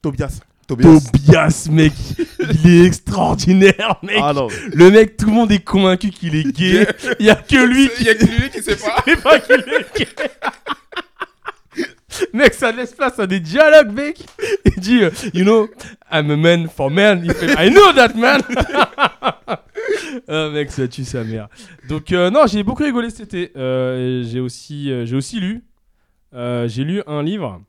Tobias.
Tobias, mec. il est extraordinaire, mec.
Ah non.
Le mec, tout le monde est convaincu qu'il est gay. Il y a que lui
Il y a que lui qui sait pas.
qui sait pas qu'il est gay. Mec, ça laisse place à des dialogues, mec. Il dit, euh, you know, I'm a man for man. Il fait, I know that man. Ah, mec, ça tue sa mère. Donc, euh, non, j'ai beaucoup rigolé cet été. Euh, j'ai aussi, euh, j'ai aussi lu. euh, j'ai lu un livre.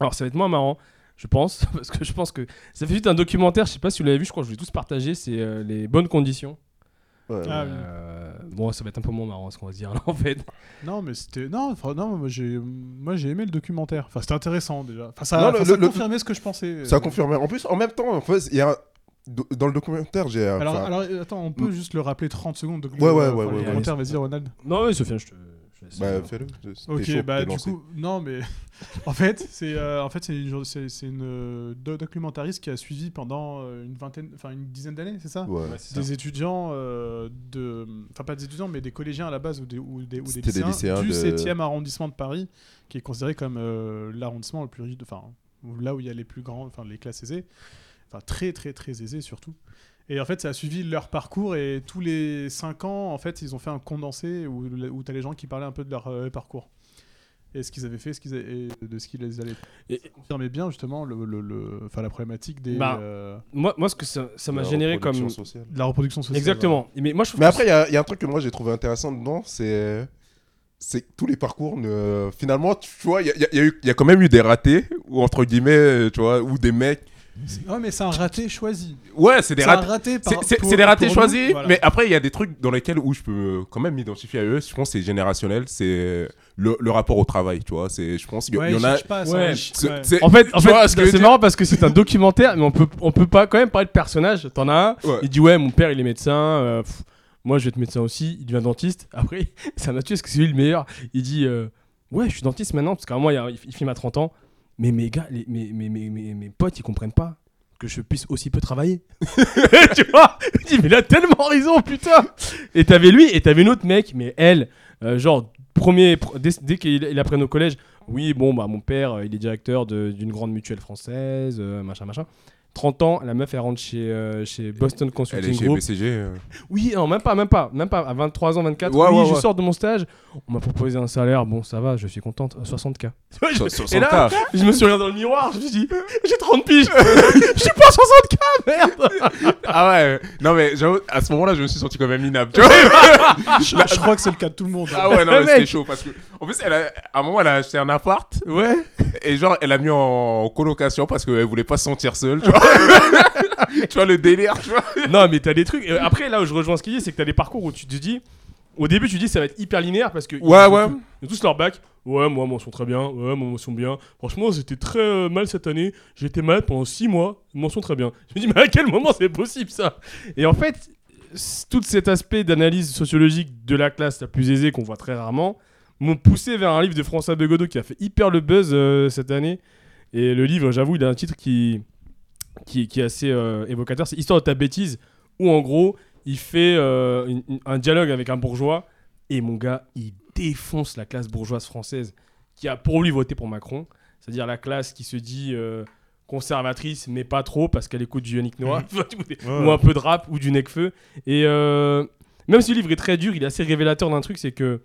Alors, ça va être moins marrant, je pense, parce que je pense que ça fait suite à un documentaire. Je sais pas si vous l'avez vu. Je crois que je vais tous partager. C'est euh, les bonnes conditions.
Ah, oui.
Euh, bon, ça va être un peu moins marrant ce qu'on va se dire là en fait.
Non, mais c'était. Non, enfin, non moi, j'ai... moi j'ai aimé le documentaire. Enfin, c'était intéressant déjà. Enfin, ça,
Non,
enfin,
le-
ça
le-
confirmait ce que je pensais.
Ça a
Euh,
confirmé. En plus, en même temps, en fait, il y a. Dans le documentaire, j'ai. euh,
Alors,
enfin, Mm.
alors, euh, attends, on peut juste le rappeler 30 secondes. donc,
Ouais, ouais,
euh,
ouais,
enfin,
ouais,
le
ouais.
commentaire, vas-y, Ronald.
Non, mais Sofiane, je te. je te laisse.
Bah, fais-le. T'es
Ok,
chaud,
bah,
t'es
du
lancé.
coup, non, mais. en fait, c'est euh, en fait, c'est une, jour- c'est, c'est une euh, do- documentariste qui a suivi pendant euh, une vingtaine, enfin, une dizaine d'années, c'est ça
Ouais.
Des étudiants euh, de. Enfin, pas des étudiants, mais des collégiens à la base ou des, ou des, ou des
C'était des
lycéens,
lycéens
du
de-
7e arrondissement de Paris, qui est considéré comme euh, l'arrondissement le plus riche, de- enfin, où- là où il y a les plus grands, enfin, les classes aisées, enfin, très, très, très aisées surtout. Et en fait, ça a suivi leur parcours et tous les 5 ans, en fait, ils ont fait un condensé où, où tu as les gens qui parlaient un peu de leur euh, parcours. et ce qu'ils avaient fait, ce qu'ils a- et de ce qu'ils les allaient
Et-
confirmer bien justement le, le- le- enfin, la problématique des,
Bah,
euh,
Moi, moi, ce que ça ça m'a généré comme.
de la reproduction sociale.
Exactement. Mais moi, je trouve
Mais
que
après, il y, a- il y a un truc que moi j'ai trouvé intéressant dedans, c'est. C'est que tous les parcours, ne... finalement, tu vois, il y a, il y a- il y a eu- il y a quand même eu des ratés, ou entre guillemets, euh, tu vois, ou des mecs.
Ouais, mais c'est un raté choisi.
Ouais, c'est des
C'est un
ratés.
raté par-
C'est- C'est
pour-
c'est des ratés
pour
choisis,
nous, voilà.
mais après, il y a des trucs dans lesquels où je peux quand même m'identifier à eux. Je pense que c'est générationnel, c'est le, le rapport au travail, tu vois. C'est- Je pense qu'il y-
Ouais,
il y
ils
en a.
cherchent pas à
Ouais.
s'enrichir.
c'est-
Ouais.
c'est-
En fait, en
tu
fait,
vois ce que je veux
c'est
dire
marrant parce que c'est un documentaire, mais on peut, on peut pas quand même parler de personnage. T'en as un,
Ouais.
il dit ouais, mon père il est médecin, euh, pff, moi je vais être médecin aussi, il devient dentiste. Après, ça m'a tué parce que c'est lui le meilleur. Il dit euh, ouais, je suis dentiste maintenant parce qu'à moi il, y a- il filme à 30 ans, mais mes gars, les- mes, mes, mes, mes, mes potes ils comprennent pas que je puisse aussi peu travailler. tu vois Il dit mais il a tellement raison putain. Et t'avais lui et t'avais une autre mec, mais elle, euh, genre premier pr- dès, dès qu'il il apprenne au collège. Oui, bon, bah, mon père, euh, il est directeur de- d'une grande mutuelle française, euh, machin, machin. 30 ans, la meuf, elle rentre chez, euh, chez Boston
Elle est
Consulting
chez
Group.
BCG. euh.
Oui, non, même pas, même pas, même pas. À 23 ans, 24,
Ouais,
oui,
ouais,
je
ouais.
sors de mon stage. On m'a proposé un salaire, bon, ça va, je suis contente, euh, 60K.
Sur- sur
Et
son
là,
taf.
je me suis regardé dans le miroir, je me suis dit, j'ai 30 piges, je suis pas 60K, merde
Ah ouais, non mais j'avoue, à ce moment-là, je me suis senti quand même minable. Tu vois
Je, je crois que c'est le cas de tout le monde. hein.
ah ouais, non
Le
mais c'était
mec.
chaud parce que. En plus, elle a- à un moment, elle a acheté un appart
Ouais,
et genre, elle a mis en colocation parce qu'elle voulait pas se sentir seule. Tu vois, tu vois le délire, tu vois.
Non, mais t'as des trucs. euh, Après, là où je rejoins ce qu'il dit, c'est que t'as des parcours où tu te dis. Au début, tu dis ça va être hyper linéaire parce que. ils
Ouais,
ont
ouais.
tous- Ils ont tous leur bac. Ouais, moi, moi, ils sont très bien. Ouais, moi, moi, ils sont bien. Franchement, j'étais très euh, mal cette année. J'ai été malade pendant 6 mois. Ils m'en sont très bien. Je me dis, mais à quel moment c'est possible ça Et en fait, c- tout cet aspect d'analyse sociologique de la classe la plus aisée qu'on voit très rarement m'ont poussé vers un livre de François de Godot qui a fait hyper le buzz euh, cette année. Et le livre, j'avoue, il a un titre qui, qui, qui est assez euh, évocateur. C'est Histoire de ta bêtise où en gros, il fait euh, une- une- un dialogue avec un bourgeois et mon gars, il défonce la classe bourgeoise française qui a pour lui voté pour Macron, c'est-à-dire la classe qui se dit euh, conservatrice mais pas trop parce qu'elle écoute du Yannick Noah ou un peu de rap ou du Necfeu et euh, même si le livre est très dur, il est assez révélateur d'un truc, c'est que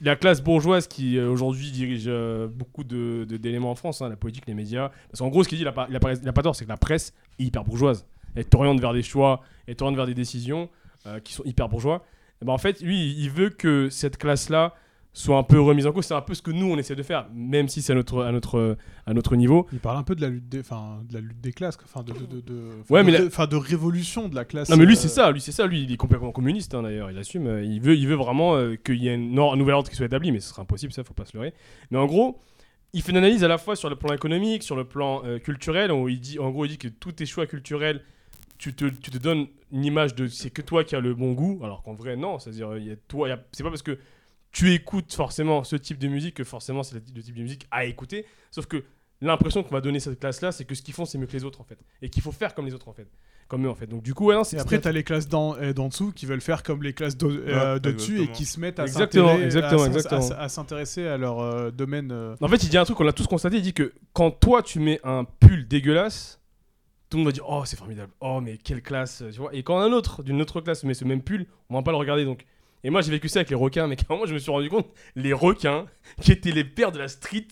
la classe bourgeoise qui euh, aujourd'hui dirige euh, beaucoup d'éléments de, d'éléments en France, hein, la politique, les médias, parce qu'en gros ce qu'il dit, il a, pas, il a pas- il a pas tort, c'est que la presse est hyper bourgeoise elle t'oriente vers des choix, elle t'oriente vers des décisions euh, qui sont hyper bourgeois. Et ben en fait, lui, il veut que cette classe-là soit un peu remise en cause. C'est un peu ce que nous, on essaie de faire, même si c'est à notre, à, notre, à notre niveau.
Il parle un peu de la lutte des, enfin, de la lutte des classes, quoi. enfin de, de, de, de-
Ouais,
de-
mais la-
enfin, de révolution de la classe.
Non, mais lui,
euh,
c'est ça. Lui, c'est ça. Lui, il est complètement communiste, hein, d'ailleurs. Il assume. euh, il, veut, il veut vraiment euh, qu'il y ait une or- un nouvel ordre qui soit établi, mais ce sera impossible, ça, faut pas se leurrer. Mais en gros, il fait une analyse à la fois sur le plan économique, sur le plan euh, culturel, où il dit, en gros, il dit que tous tes choix culturels, tu te, tu te donnes une image de c'est que toi qui as le bon goût, alors qu'en vrai, non. C'est-à-dire, euh, il y a toi, il y a- c'est pas parce que tu écoutes forcément ce type de musique que forcément c'est le type- le type de musique à écouter. Sauf que l'impression qu'on va donner cette classe-là, c'est que ce qu'ils font, c'est mieux que les autres, en fait. Et qu'il faut faire comme les autres, en fait. Comme eux, en fait. Donc, du coup, ouais, non, c'est
Et après, t'as les classes d'en euh, d'en dessous qui veulent faire comme les classes d'au- euh,
Ouais,
de dessus et
exactement.
qui se mettent à
Exactement,
s'intéresser-
exactement,
à s'in-
exactement.
à s- à s'intéresser à leur euh, domaine. euh,
En fait, il dit un truc qu'on a tous constaté. Il dit que quand toi, tu mets un pull dégueulasse, tout le monde va dire Oh, c'est formidable. Oh, mais quelle classe. Tu vois Et quand un autre d'une autre classe met ce même pull, on va pas le regarder donc. Et moi, j'ai vécu ça avec les requins, mais moment je me suis rendu compte, les requins, qui étaient les pères de la street,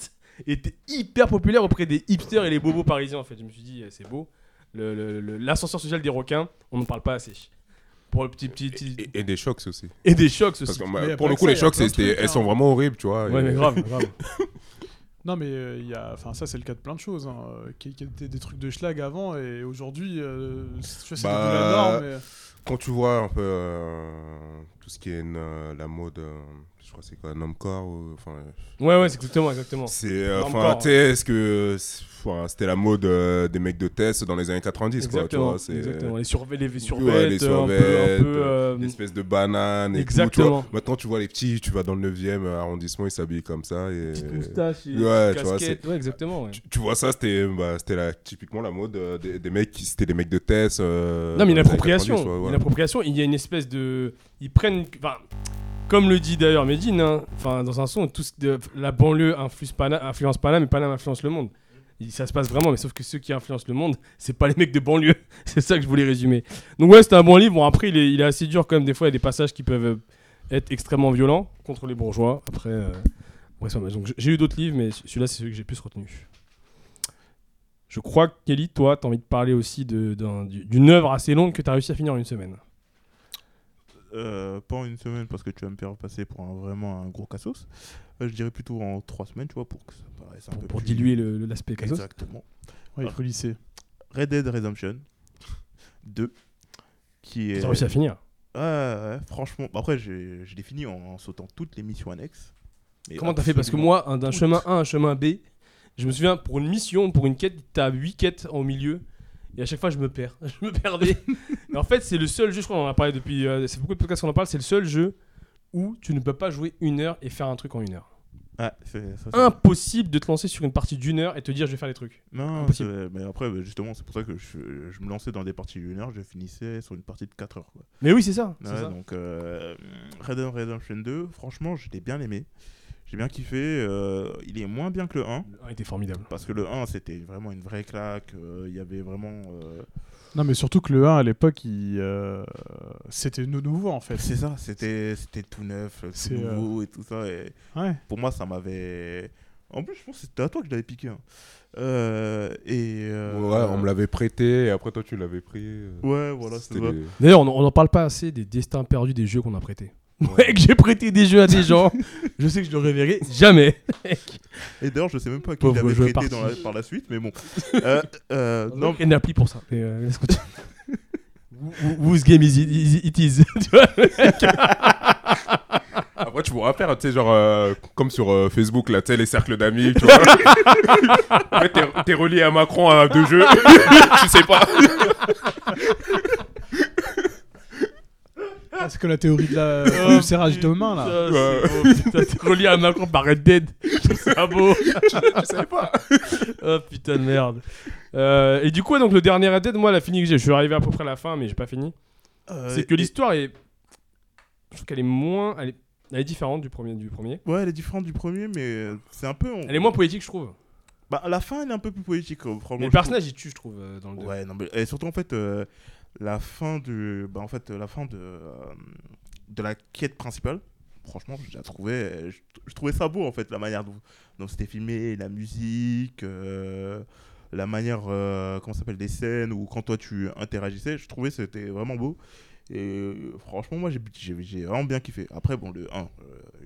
étaient hyper populaires auprès des hipsters et les bobos parisiens. En fait, je me suis dit, eh, c'est beau. Le- le- le- L'ascenseur social des requins, on n'en parle pas assez. Pour le petit petit. petit-
Et, et des chocs aussi.
Et, des chocs
Parce
aussi.
que, euh,
Mais
moi,
après
pour le
ça,
coup, les
y a
chocs,
plein de
c'était-
trucs,
elles sont
hein.
vraiment horribles, tu vois.
Ouais,
et-
mais grave, grave.
Non, mais euh, il y a, enfin, ça, c'est le cas de plein de choses. hein, euh, qui, qui étaient des trucs de schlag avant et aujourd'hui, euh, c'est- tu vois, c'est
Bah,
devenu la norme. et-
Quand tu vois un peu euh, tout ce qui est euh, la mode, euh, je crois que c'est quoi, Nomcore ou- enfin,
Ouais, ouais, c'est exactement, exactement.
C'est. euh,
Nomcore,
Enfin,
ouais.
tu sais, est-ce que. c'est- enfin, C'était la mode euh, des mecs de test dans les années 90, quoi. Tu
Exactement,
vois, c'est.
exactement. Les survêtements, les survêtements,
Ouais, les
un peu,
survêtements,
un peu, euh,
Une espèce de banane. Et tout, tu vois.
Exactement.
Maintenant, tu vois les petits, tu vas dans le 9e arrondissement, ils s'habillent comme ça. Et...
petite moustache, et
Ouais,
petite
tu vois,
casquette. Ouais, exactement. ouais.
Tu, tu vois ça, c'était bah, c'était la- typiquement la mode euh, des, des mecs qui c'était des mecs de Tess. euh,
non, mais une
dans les années 90,
appropriation.
ouais,
Une
voilà.
appropriation. Il y a une espèce de. Ils prennent. Enfin, comme le dit d'ailleurs Medine, hein, enfin, dans un son, tout ce de- la banlieue influence Paname, influence Paname et Paname influence le monde. Il- Ça se passe vraiment, mais sauf que ceux qui influencent le monde, c'est pas les mecs de banlieue. c'est ça que je voulais résumer. Donc, ouais, c'était un bon livre. Bon, après, il est, il est assez dur quand même. Des fois, il y a des passages qui peuvent euh, être extrêmement violents contre les bourgeois. Après, euh, Ouais, c'est pas mal. Donc, j'ai eu d'autres livres, mais celui-là, c'est celui que j'ai plus retenu. Je crois que Kelly, toi, t'as envie de parler aussi de- d'un- du- d'une œuvre assez longue que t'as réussi à finir en une semaine.
Euh, pas en une semaine parce que tu vas me faire passer pour un- vraiment un gros cassos. Euh, je dirais plutôt en trois semaines, tu vois, pour que ça paraisse un
Pour,
peu
pour
plus-
diluer le- le- l'aspect casos.
Exactement.
Ouais, il faut lisser.
Red Dead Redemption 2 qui est
T'as réussi à finir.
Ouais, ouais, franchement Bah, après j'ai- je l'ai fini en, en sautant toutes les missions annexes Mais
Comment t'as fait Parce que
absolument
moi, un- d'un chemin A à un chemin B, je me souviens, pour une mission, pour une quête, t'as 8 quêtes au milieu. Et à chaque fois, je me perds. Je me perdais. et en fait, c'est le seul jeu, je crois qu'on en a parlé depuis. euh, c'est beaucoup de podcasts qu'on en parle. C'est le seul jeu où tu ne peux pas jouer une heure et faire un truc en une heure.
Ouais, c'est- ça, c'est-
Impossible de te lancer sur une partie d'une heure et te dire je vais faire des trucs.
non
impossible.
c'est- mais après bah, justement c'est pour ça que je, je me lançais dans des parties d'une heure je finissais sur une partie de 4 heures quoi.
Mais oui, c'est ça. c'est
Ouais,
ça.
donc euh, Red Dead Redemption 2 franchement je l'ai bien aimé j'ai bien kiffé euh, il est moins bien que le 1
Le un Ah, était formidable.
parce que le 1 c'était vraiment une vraie claque euh, il y avait vraiment euh,
Non, mais surtout que le 1 à l'époque, il, euh, c'était nou- nouveau en fait.
C'est ça, c'était c'était tout neuf, tout
C'est, euh,
nouveau et tout ça. Et
Ouais.
pour moi, ça m'avait. En plus, je pense que c'était à toi que je l'avais piqué. hein. Euh, et euh,
Ouais, on me l'avait prêté et après toi tu l'avais pris. euh,
Ouais, voilà, c'est
c'était
ça.
des-
D'ailleurs, on n'en parle pas assez des destins perdus des jeux qu'on a prêtés.
Ouais.
Ouais, que j'ai prêté des jeux à des gens. je sais que je le reverrai jamais.
Et d'ailleurs, je sais même pas à qui
Pauvre
je l'avais
jeu
prêté dans la-
parti.
par la suite, mais bon. Euh, euh,
Non,
non,
il y a une appli pour ça. Mais, euh, laisse continuer. Who- Whose game is it, is it is Tu vois
Après, Ah, tu pourras faire, tu sais, genre, euh, comme sur euh, Facebook, là, tu sais, les cercles d'amis, tu vois. en fait, t'es- t'es relié à Macron à deux jeux, tu sais pas.
Ah, c'est que la théorie de la
Oh,
du serrage de main là.
Ah, Putain, c'est beau, putain, t'es relié à Macron par Red Dead. C'est pas beau.
Tu sais pas.
Oh putain de merde. Euh, et du coup, donc le dernier Red Dead, moi, la fini que j'ai, je suis arrivé à peu près à la fin, mais j'ai pas fini.
euh,
C'est que
et-
l'histoire est. Je trouve qu'elle est moins. Elle est, elle est différente du premier, du premier.
Ouais, elle est différente du premier, mais euh, c'est un peu. on-
Elle est moins poétique, je trouve.
Bah, à la fin, elle est un peu plus politique. euh, franchement,
Mais le
je
personnage, il tue, je trouve, euh, dans le
trouve.
deux.
Ouais, non, mais et surtout en fait, euh, la fin du, bah, en fait, la fin de euh, de la quête principale. franchement, je la trouvais, je, je trouvais ça beau en fait, la manière dont, dont c'était filmé, la musique, euh, la manière, euh, comment ça s'appelle, des scènes ou quand toi tu interagissais, je trouvais que c'était vraiment beau. Et euh, franchement, moi j'ai- j'ai j'ai vraiment bien kiffé. Après, bon, le 1,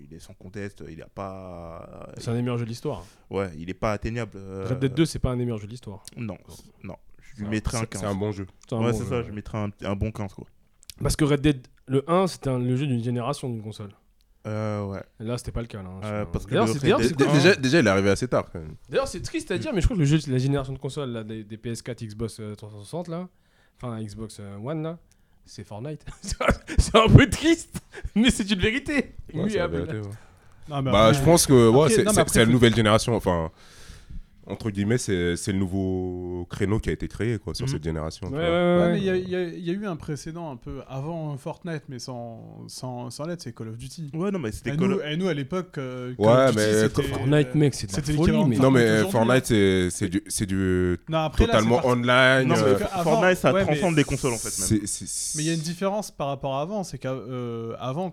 il est sans conteste, il n'a pas.
C'est un des meilleurs jeux de l'histoire.
ouais, il n'est pas atteignable. euh,
Red Dead 2, c'est pas un des meilleurs jeux de l'histoire.
Non, c'est- non, je lui
C'est
mettrais un
C'est
15.
c'est un bon jeu.
C'est un bon
ouais, c'est
jeu,
ça,
ouais.
je mettrais un, euh. un bon 15 quoi.
Parce que Red Dead, le 1, c'était un- le jeu d'une génération d'une console.
Euh, ouais.
Et Là, c'était pas le cas. là, hein,
Euh,
sur-
parce que
D'ailleurs,
le
c'est-
Red
d'ailleurs,
Dead
c'est- hein
Dé- un.
Déjà, déjà, il est arrivé assez tard, quand même.
d'ailleurs, c'est triste à dire, mais je crois que le jeu de la génération de console là, des, des PS4, Xbox euh, 360, là, enfin la Xbox euh, One, là, c'est Fortnite. c'est un peu triste, mais c'est une vérité.
Ouais, c'est la
Immuable.
vérité, ouais.
Non, Ah, mais
Bah,
après,
je pense que ouais,
Après,
c'est-
non, mais
c'est
après,
c'est la
faut-
nouvelle génération. Enfin, entre guillemets, c'est c'est le nouveau créneau qui a été créé quoi, sur
Mhm.
cette génération. tu
Ouais,
vois.
ouais,
ouais,
ouais,
mais il y, a- il y a- il y a eu un précédent un peu avant Fortnite, mais sans, sans, sans l'aide, c'est Call of Duty.
Ouais, non, mais c'était
Et
Call
nous,
of-
et nous, à l'époque, euh, Call
Ouais,
of Duty,
mais
c'était- Euh,
Fortnite, mec, c'est de la
C'était
folie,
l'équivalent de
mais-
Non, mais
Fortnite
euh,
aujourd'hui,
Fortnite, c'est c'est du, c'est du
Non, après, là,
totalement
c'est parti-
online.
Non,
euh,
mais
avant-
Fortnite, ça
ouais, mais-
transcende les consoles en fait. Même.
c'est- c'est- c'est-
Mais il y a une différence par rapport à avant, c'est qu'avant,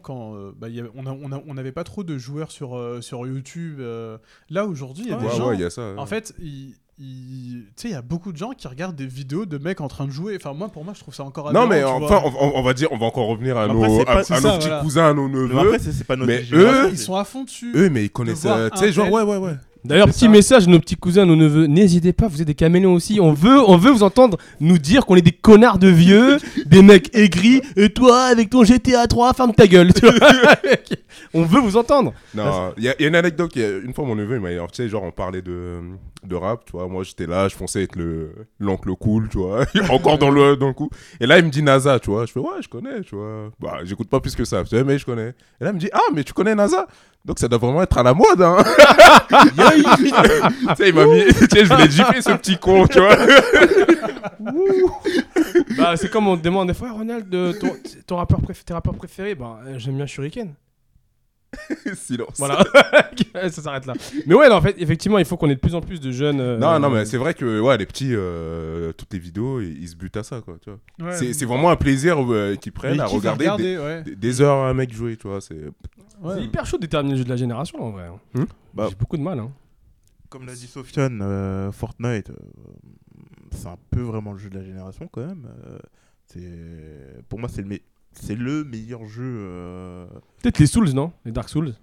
quand euh, bah, il y avait- on a- on a- on n'avait pas trop de joueurs sur, euh, sur YouTube. euh, là, aujourd'hui, il y a des
Ouais,
gens.
ouais, il y a ça.
En
ouais.
fait, il, il- tu sais, il y a beaucoup de gens qui regardent des vidéos de mecs en train de jouer. Enfin, moi, pour moi, je trouve ça encore
Non,
aberrant,
mais
tu
enfin,
vois.
on, on- on va dire, on va encore revenir à
Après,
nos,
c'est pas-
à- à
c'est
nos
ça,
petits
voilà.
cousins, à nos
Mais après,
neveux.
c'est c'est pas notre
mais
génération,
eux,
c'est-
ils sont à fond dessus.
Eux, mais ils connaissent.
voir
euh, Tu sais,
un
genre,
tel-
ouais, ouais, ouais.
D'ailleurs,
C'est
petit
ça.
message à nos petits cousins, à nos neveux, n'hésitez pas, vous êtes des caméléons aussi. On veut, on veut vous entendre nous dire qu'on est des connards de vieux, des mecs aigris, et toi avec ton GTA 3, ferme ta gueule. tu vois. on veut vous entendre.
Non, il y, a il y a une anecdote. il y a- une fois, mon neveu, il m'a alors, tu sais, genre, on parlait de, de rap, tu vois. Moi, j'étais là, je pensais être le l'oncle cool, tu vois. Encore dans le, dans le coup. Et là, il me dit NASA, tu vois. Je fais, ouais, je connais, tu vois. Bah, j'écoute pas plus que ça, tu sais, mais je connais. Et là, il me dit, ah, mais tu connais NASA donc ça doit vraiment être à la mode, hein. Yo, yo. tu sais, il m'a mis, tu sais, je voulais gifler ce petit con, tu vois.
Bah, c'est comme on te demande des fois, Ronald, euh, ton, ton rappeur préf- tes rappeurs préférés, bah, euh, j'aime bien Shuriken.
Silence.
Voilà, ça s'arrête là. Mais ouais, non, en fait, effectivement, il faut qu'on ait de plus en plus de jeunes. euh,
Non, non, mais c'est vrai que, ouais, les petits, euh, toutes les vidéos, ils, ils se butent à ça, quoi, tu vois.
Ouais.
C'est c'est vraiment un plaisir euh, qu'ils
Mais
prennent à
ils kiffent
regarder, des-
ouais.
des, des heures à un mec jouer, tu vois. C'est
Ouais.
C'est hyper chaud de déterminer le jeu de la génération, en vrai. hein.
Hmm
Bah.
J'ai beaucoup de mal. hein.
Comme l'a dit Sofiane, euh, Fortnite, euh, c'est un peu vraiment le jeu de la génération quand même. Euh, c'est- pour moi, c'est le, me- c'est le meilleur jeu. euh,
Peut-être les Souls, non Les Dark Souls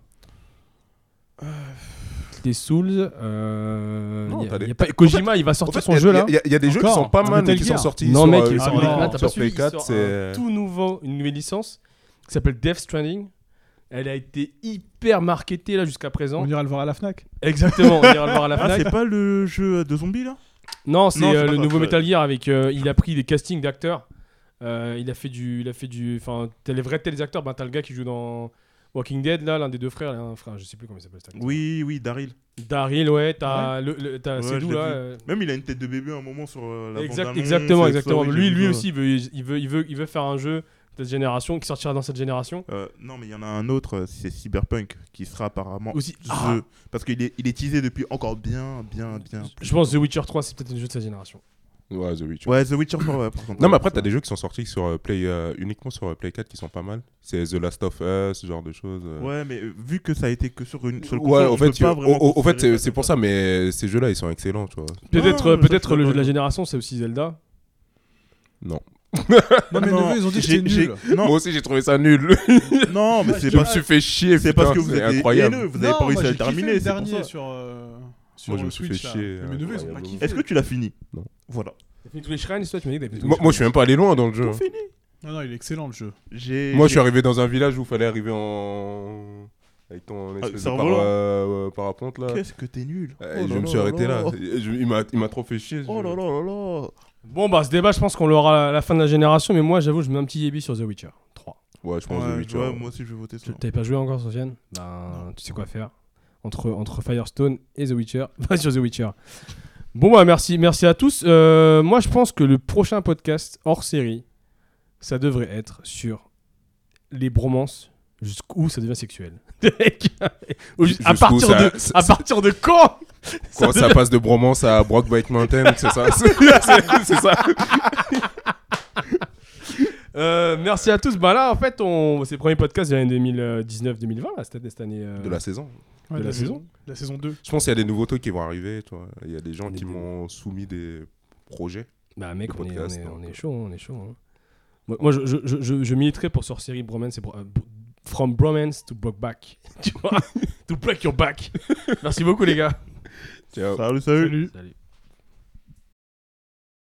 Les Souls. euh,
Euh. Non,
y a-
t'as des-
y a pas- Kojima, il va sortir son jeu là.
Il y, a- y a des jeux qui
Encore.
sont pas mal
Metal
mais qui sont
Gear.
sortis
Non,
sur,
mec,
euh,
il
sur
sort-
Play-
ah,
t'as pas
sur Play
suivi, il
4.
sort
euh,
C'est euh,
tout nouveau, une nouvelle licence qui s'appelle Death Stranding. Elle a été hyper marketée là jusqu'à présent.
On ira le voir à la Fnac.
Exactement, on ira le voir à la
Ah,
Fnac.
c'est pas le jeu euh, de zombies là
non, c'est
Non, c'est
euh,
pas
le
ça,
nouveau
ouais.
Metal Gear avec euh, il a pris des castings d'acteurs. Euh, il a fait du il a fait du enfin t'as les vrais t'as les acteurs, ben t'as le gars qui joue dans Walking Dead là, l'un des deux frères, là, un frère, je sais plus comment il s'appelle cet acteur.
Oui, oui, Daryl.
Daryl, ouais, t'as le, le- t'as
Ouais,
c'est
je
d'où,
l'ai
là
vu.
euh,
Même il a une tête de bébé à un moment sur euh, la
Exact-
bande-annonce,
exactement,
et tout ça,
exactement.
oui, j'ai
lui,
vu
lui
ça.
aussi, il veut, il, veut, il, veut, il veut faire un jeu de cette génération qui sortira dans cette génération.
Euh, non, mais il y en a un autre, euh, c'est Cyberpunk, qui sera apparemment
Aussi,
The-
ah.
Parce qu'il est, il est teasé depuis encore bien, bien, bien. plus
Je pense que
longtemps.
The Witcher 3, c'est peut-être un jeu de cette génération.
ouais, The Witcher.
Ouais, The Witcher 3, ouais, par contre.
Non, mais
ouais,
après,
ça.
t'as des jeux qui sont sortis sur euh, Play, euh, uniquement sur euh, Play 4 qui sont pas mal. C'est The Last of Us, ce genre de choses. euh.
Ouais, mais euh, vu que ça a été que sur une seule console,
Ouais,
on
en
peut
fait, tu-
pas
au-
vraiment
au- au fait,
considérer
c'est
ça
c'est pour
comme
ça, mais ces jeux-là, ils sont excellents, tu vois.
Peut-être
mais
euh,
ça, je
peut-être
suis
le jeu de la
d'accord.
génération, c'est aussi Zelda.
Non.
Non, mais
Non,
neveux, ils ont dit que
j'ai-
c'était
j'ai-
nul.
Non,
Moi aussi, j'ai trouvé ça nul.
non, mais c'est
Je me
pas,
suis fait chier.
c'est parce
putain,
que vous
c'est
êtes
incroyable.
haineux, vous avez
Non,
pas
moi,
réussi à
j'ai
le
kiffé
terminer,
le
c'est pour
dernier
ça.
sur, euh, sur
Moi, je
le
me suis fait
Switch. là.
chier.
Mais mes neveux, ils ont pas
incroyablement.
kiffé.
Est-ce que tu l'as fini
Non.
Voilà.
T'as fini tous les shrines, toi, tu m'as dit que t'avais fini tous les
Moi, moi, je
shrines.
suis même pas allé loin dans le jeu.
Tout fini.
Non, non, il est excellent le jeu.
J'ai.
Moi, je suis
j'ai-
arrivé dans un village où il fallait arriver en. Avec ton espèce de
Ah, cerf-volant.
para- euh, parapente là.
Qu'est-ce que t'es nul
Euh,
Oh
je me
là là
suis
là
arrêté
là.
là. Et je- il m'a- il m'a trop fait chier. ce
Oh
jeu.
là là là là
Bon, bah, ce débat, je pense qu'on l'aura à la fin de la génération, mais moi, j'avoue, je mets un petit yébi sur The Witcher 3.
Ouais, je pense
Ouais,
que Witcher.
ouais, moi aussi je vais voter
Tu-
ça.
T'avais pas joué encore, Sofiane Ben, tu sais quoi faire. Entre, entre Firestone et The Witcher, va sur The Witcher. Bon, bah, merci, merci à tous. Euh, moi, je pense que le prochain podcast hors série, ça devrait être sur les bromances jusqu'où ça devient sexuel. Ou ju- à,
Jusqu'où
partir
ça-
de, à partir de quand
Quand ça passe de bromance à Brockbite Mountain, c'est ça. C'est c'est ça.
Euh, merci à tous. Bah là, en fait, on... c'est le premier podcast de l'année euh, 2019-2020, là, cette, cette année. euh,
De la saison.
De la saison.
La saison 2.
Je pense qu'il y a des nouveaux trucs qui vont arriver. tu vois. Il y a des gens
Des
qui
nouveaux.
m'ont soumis des projets.
Bah mec,
de
on est, on,
podcast,
est,
donc,
on est
euh.
chaud, hein, on est chaud. hein. Moi, moi, je, je, je, je- je militerais pour sortir série Bromance et Bro- euh, Bro- From Bromance to Block Back. Tu vois To Block Your Back. Merci beaucoup, les gars.
Tiens,
Salut, salut
Salut.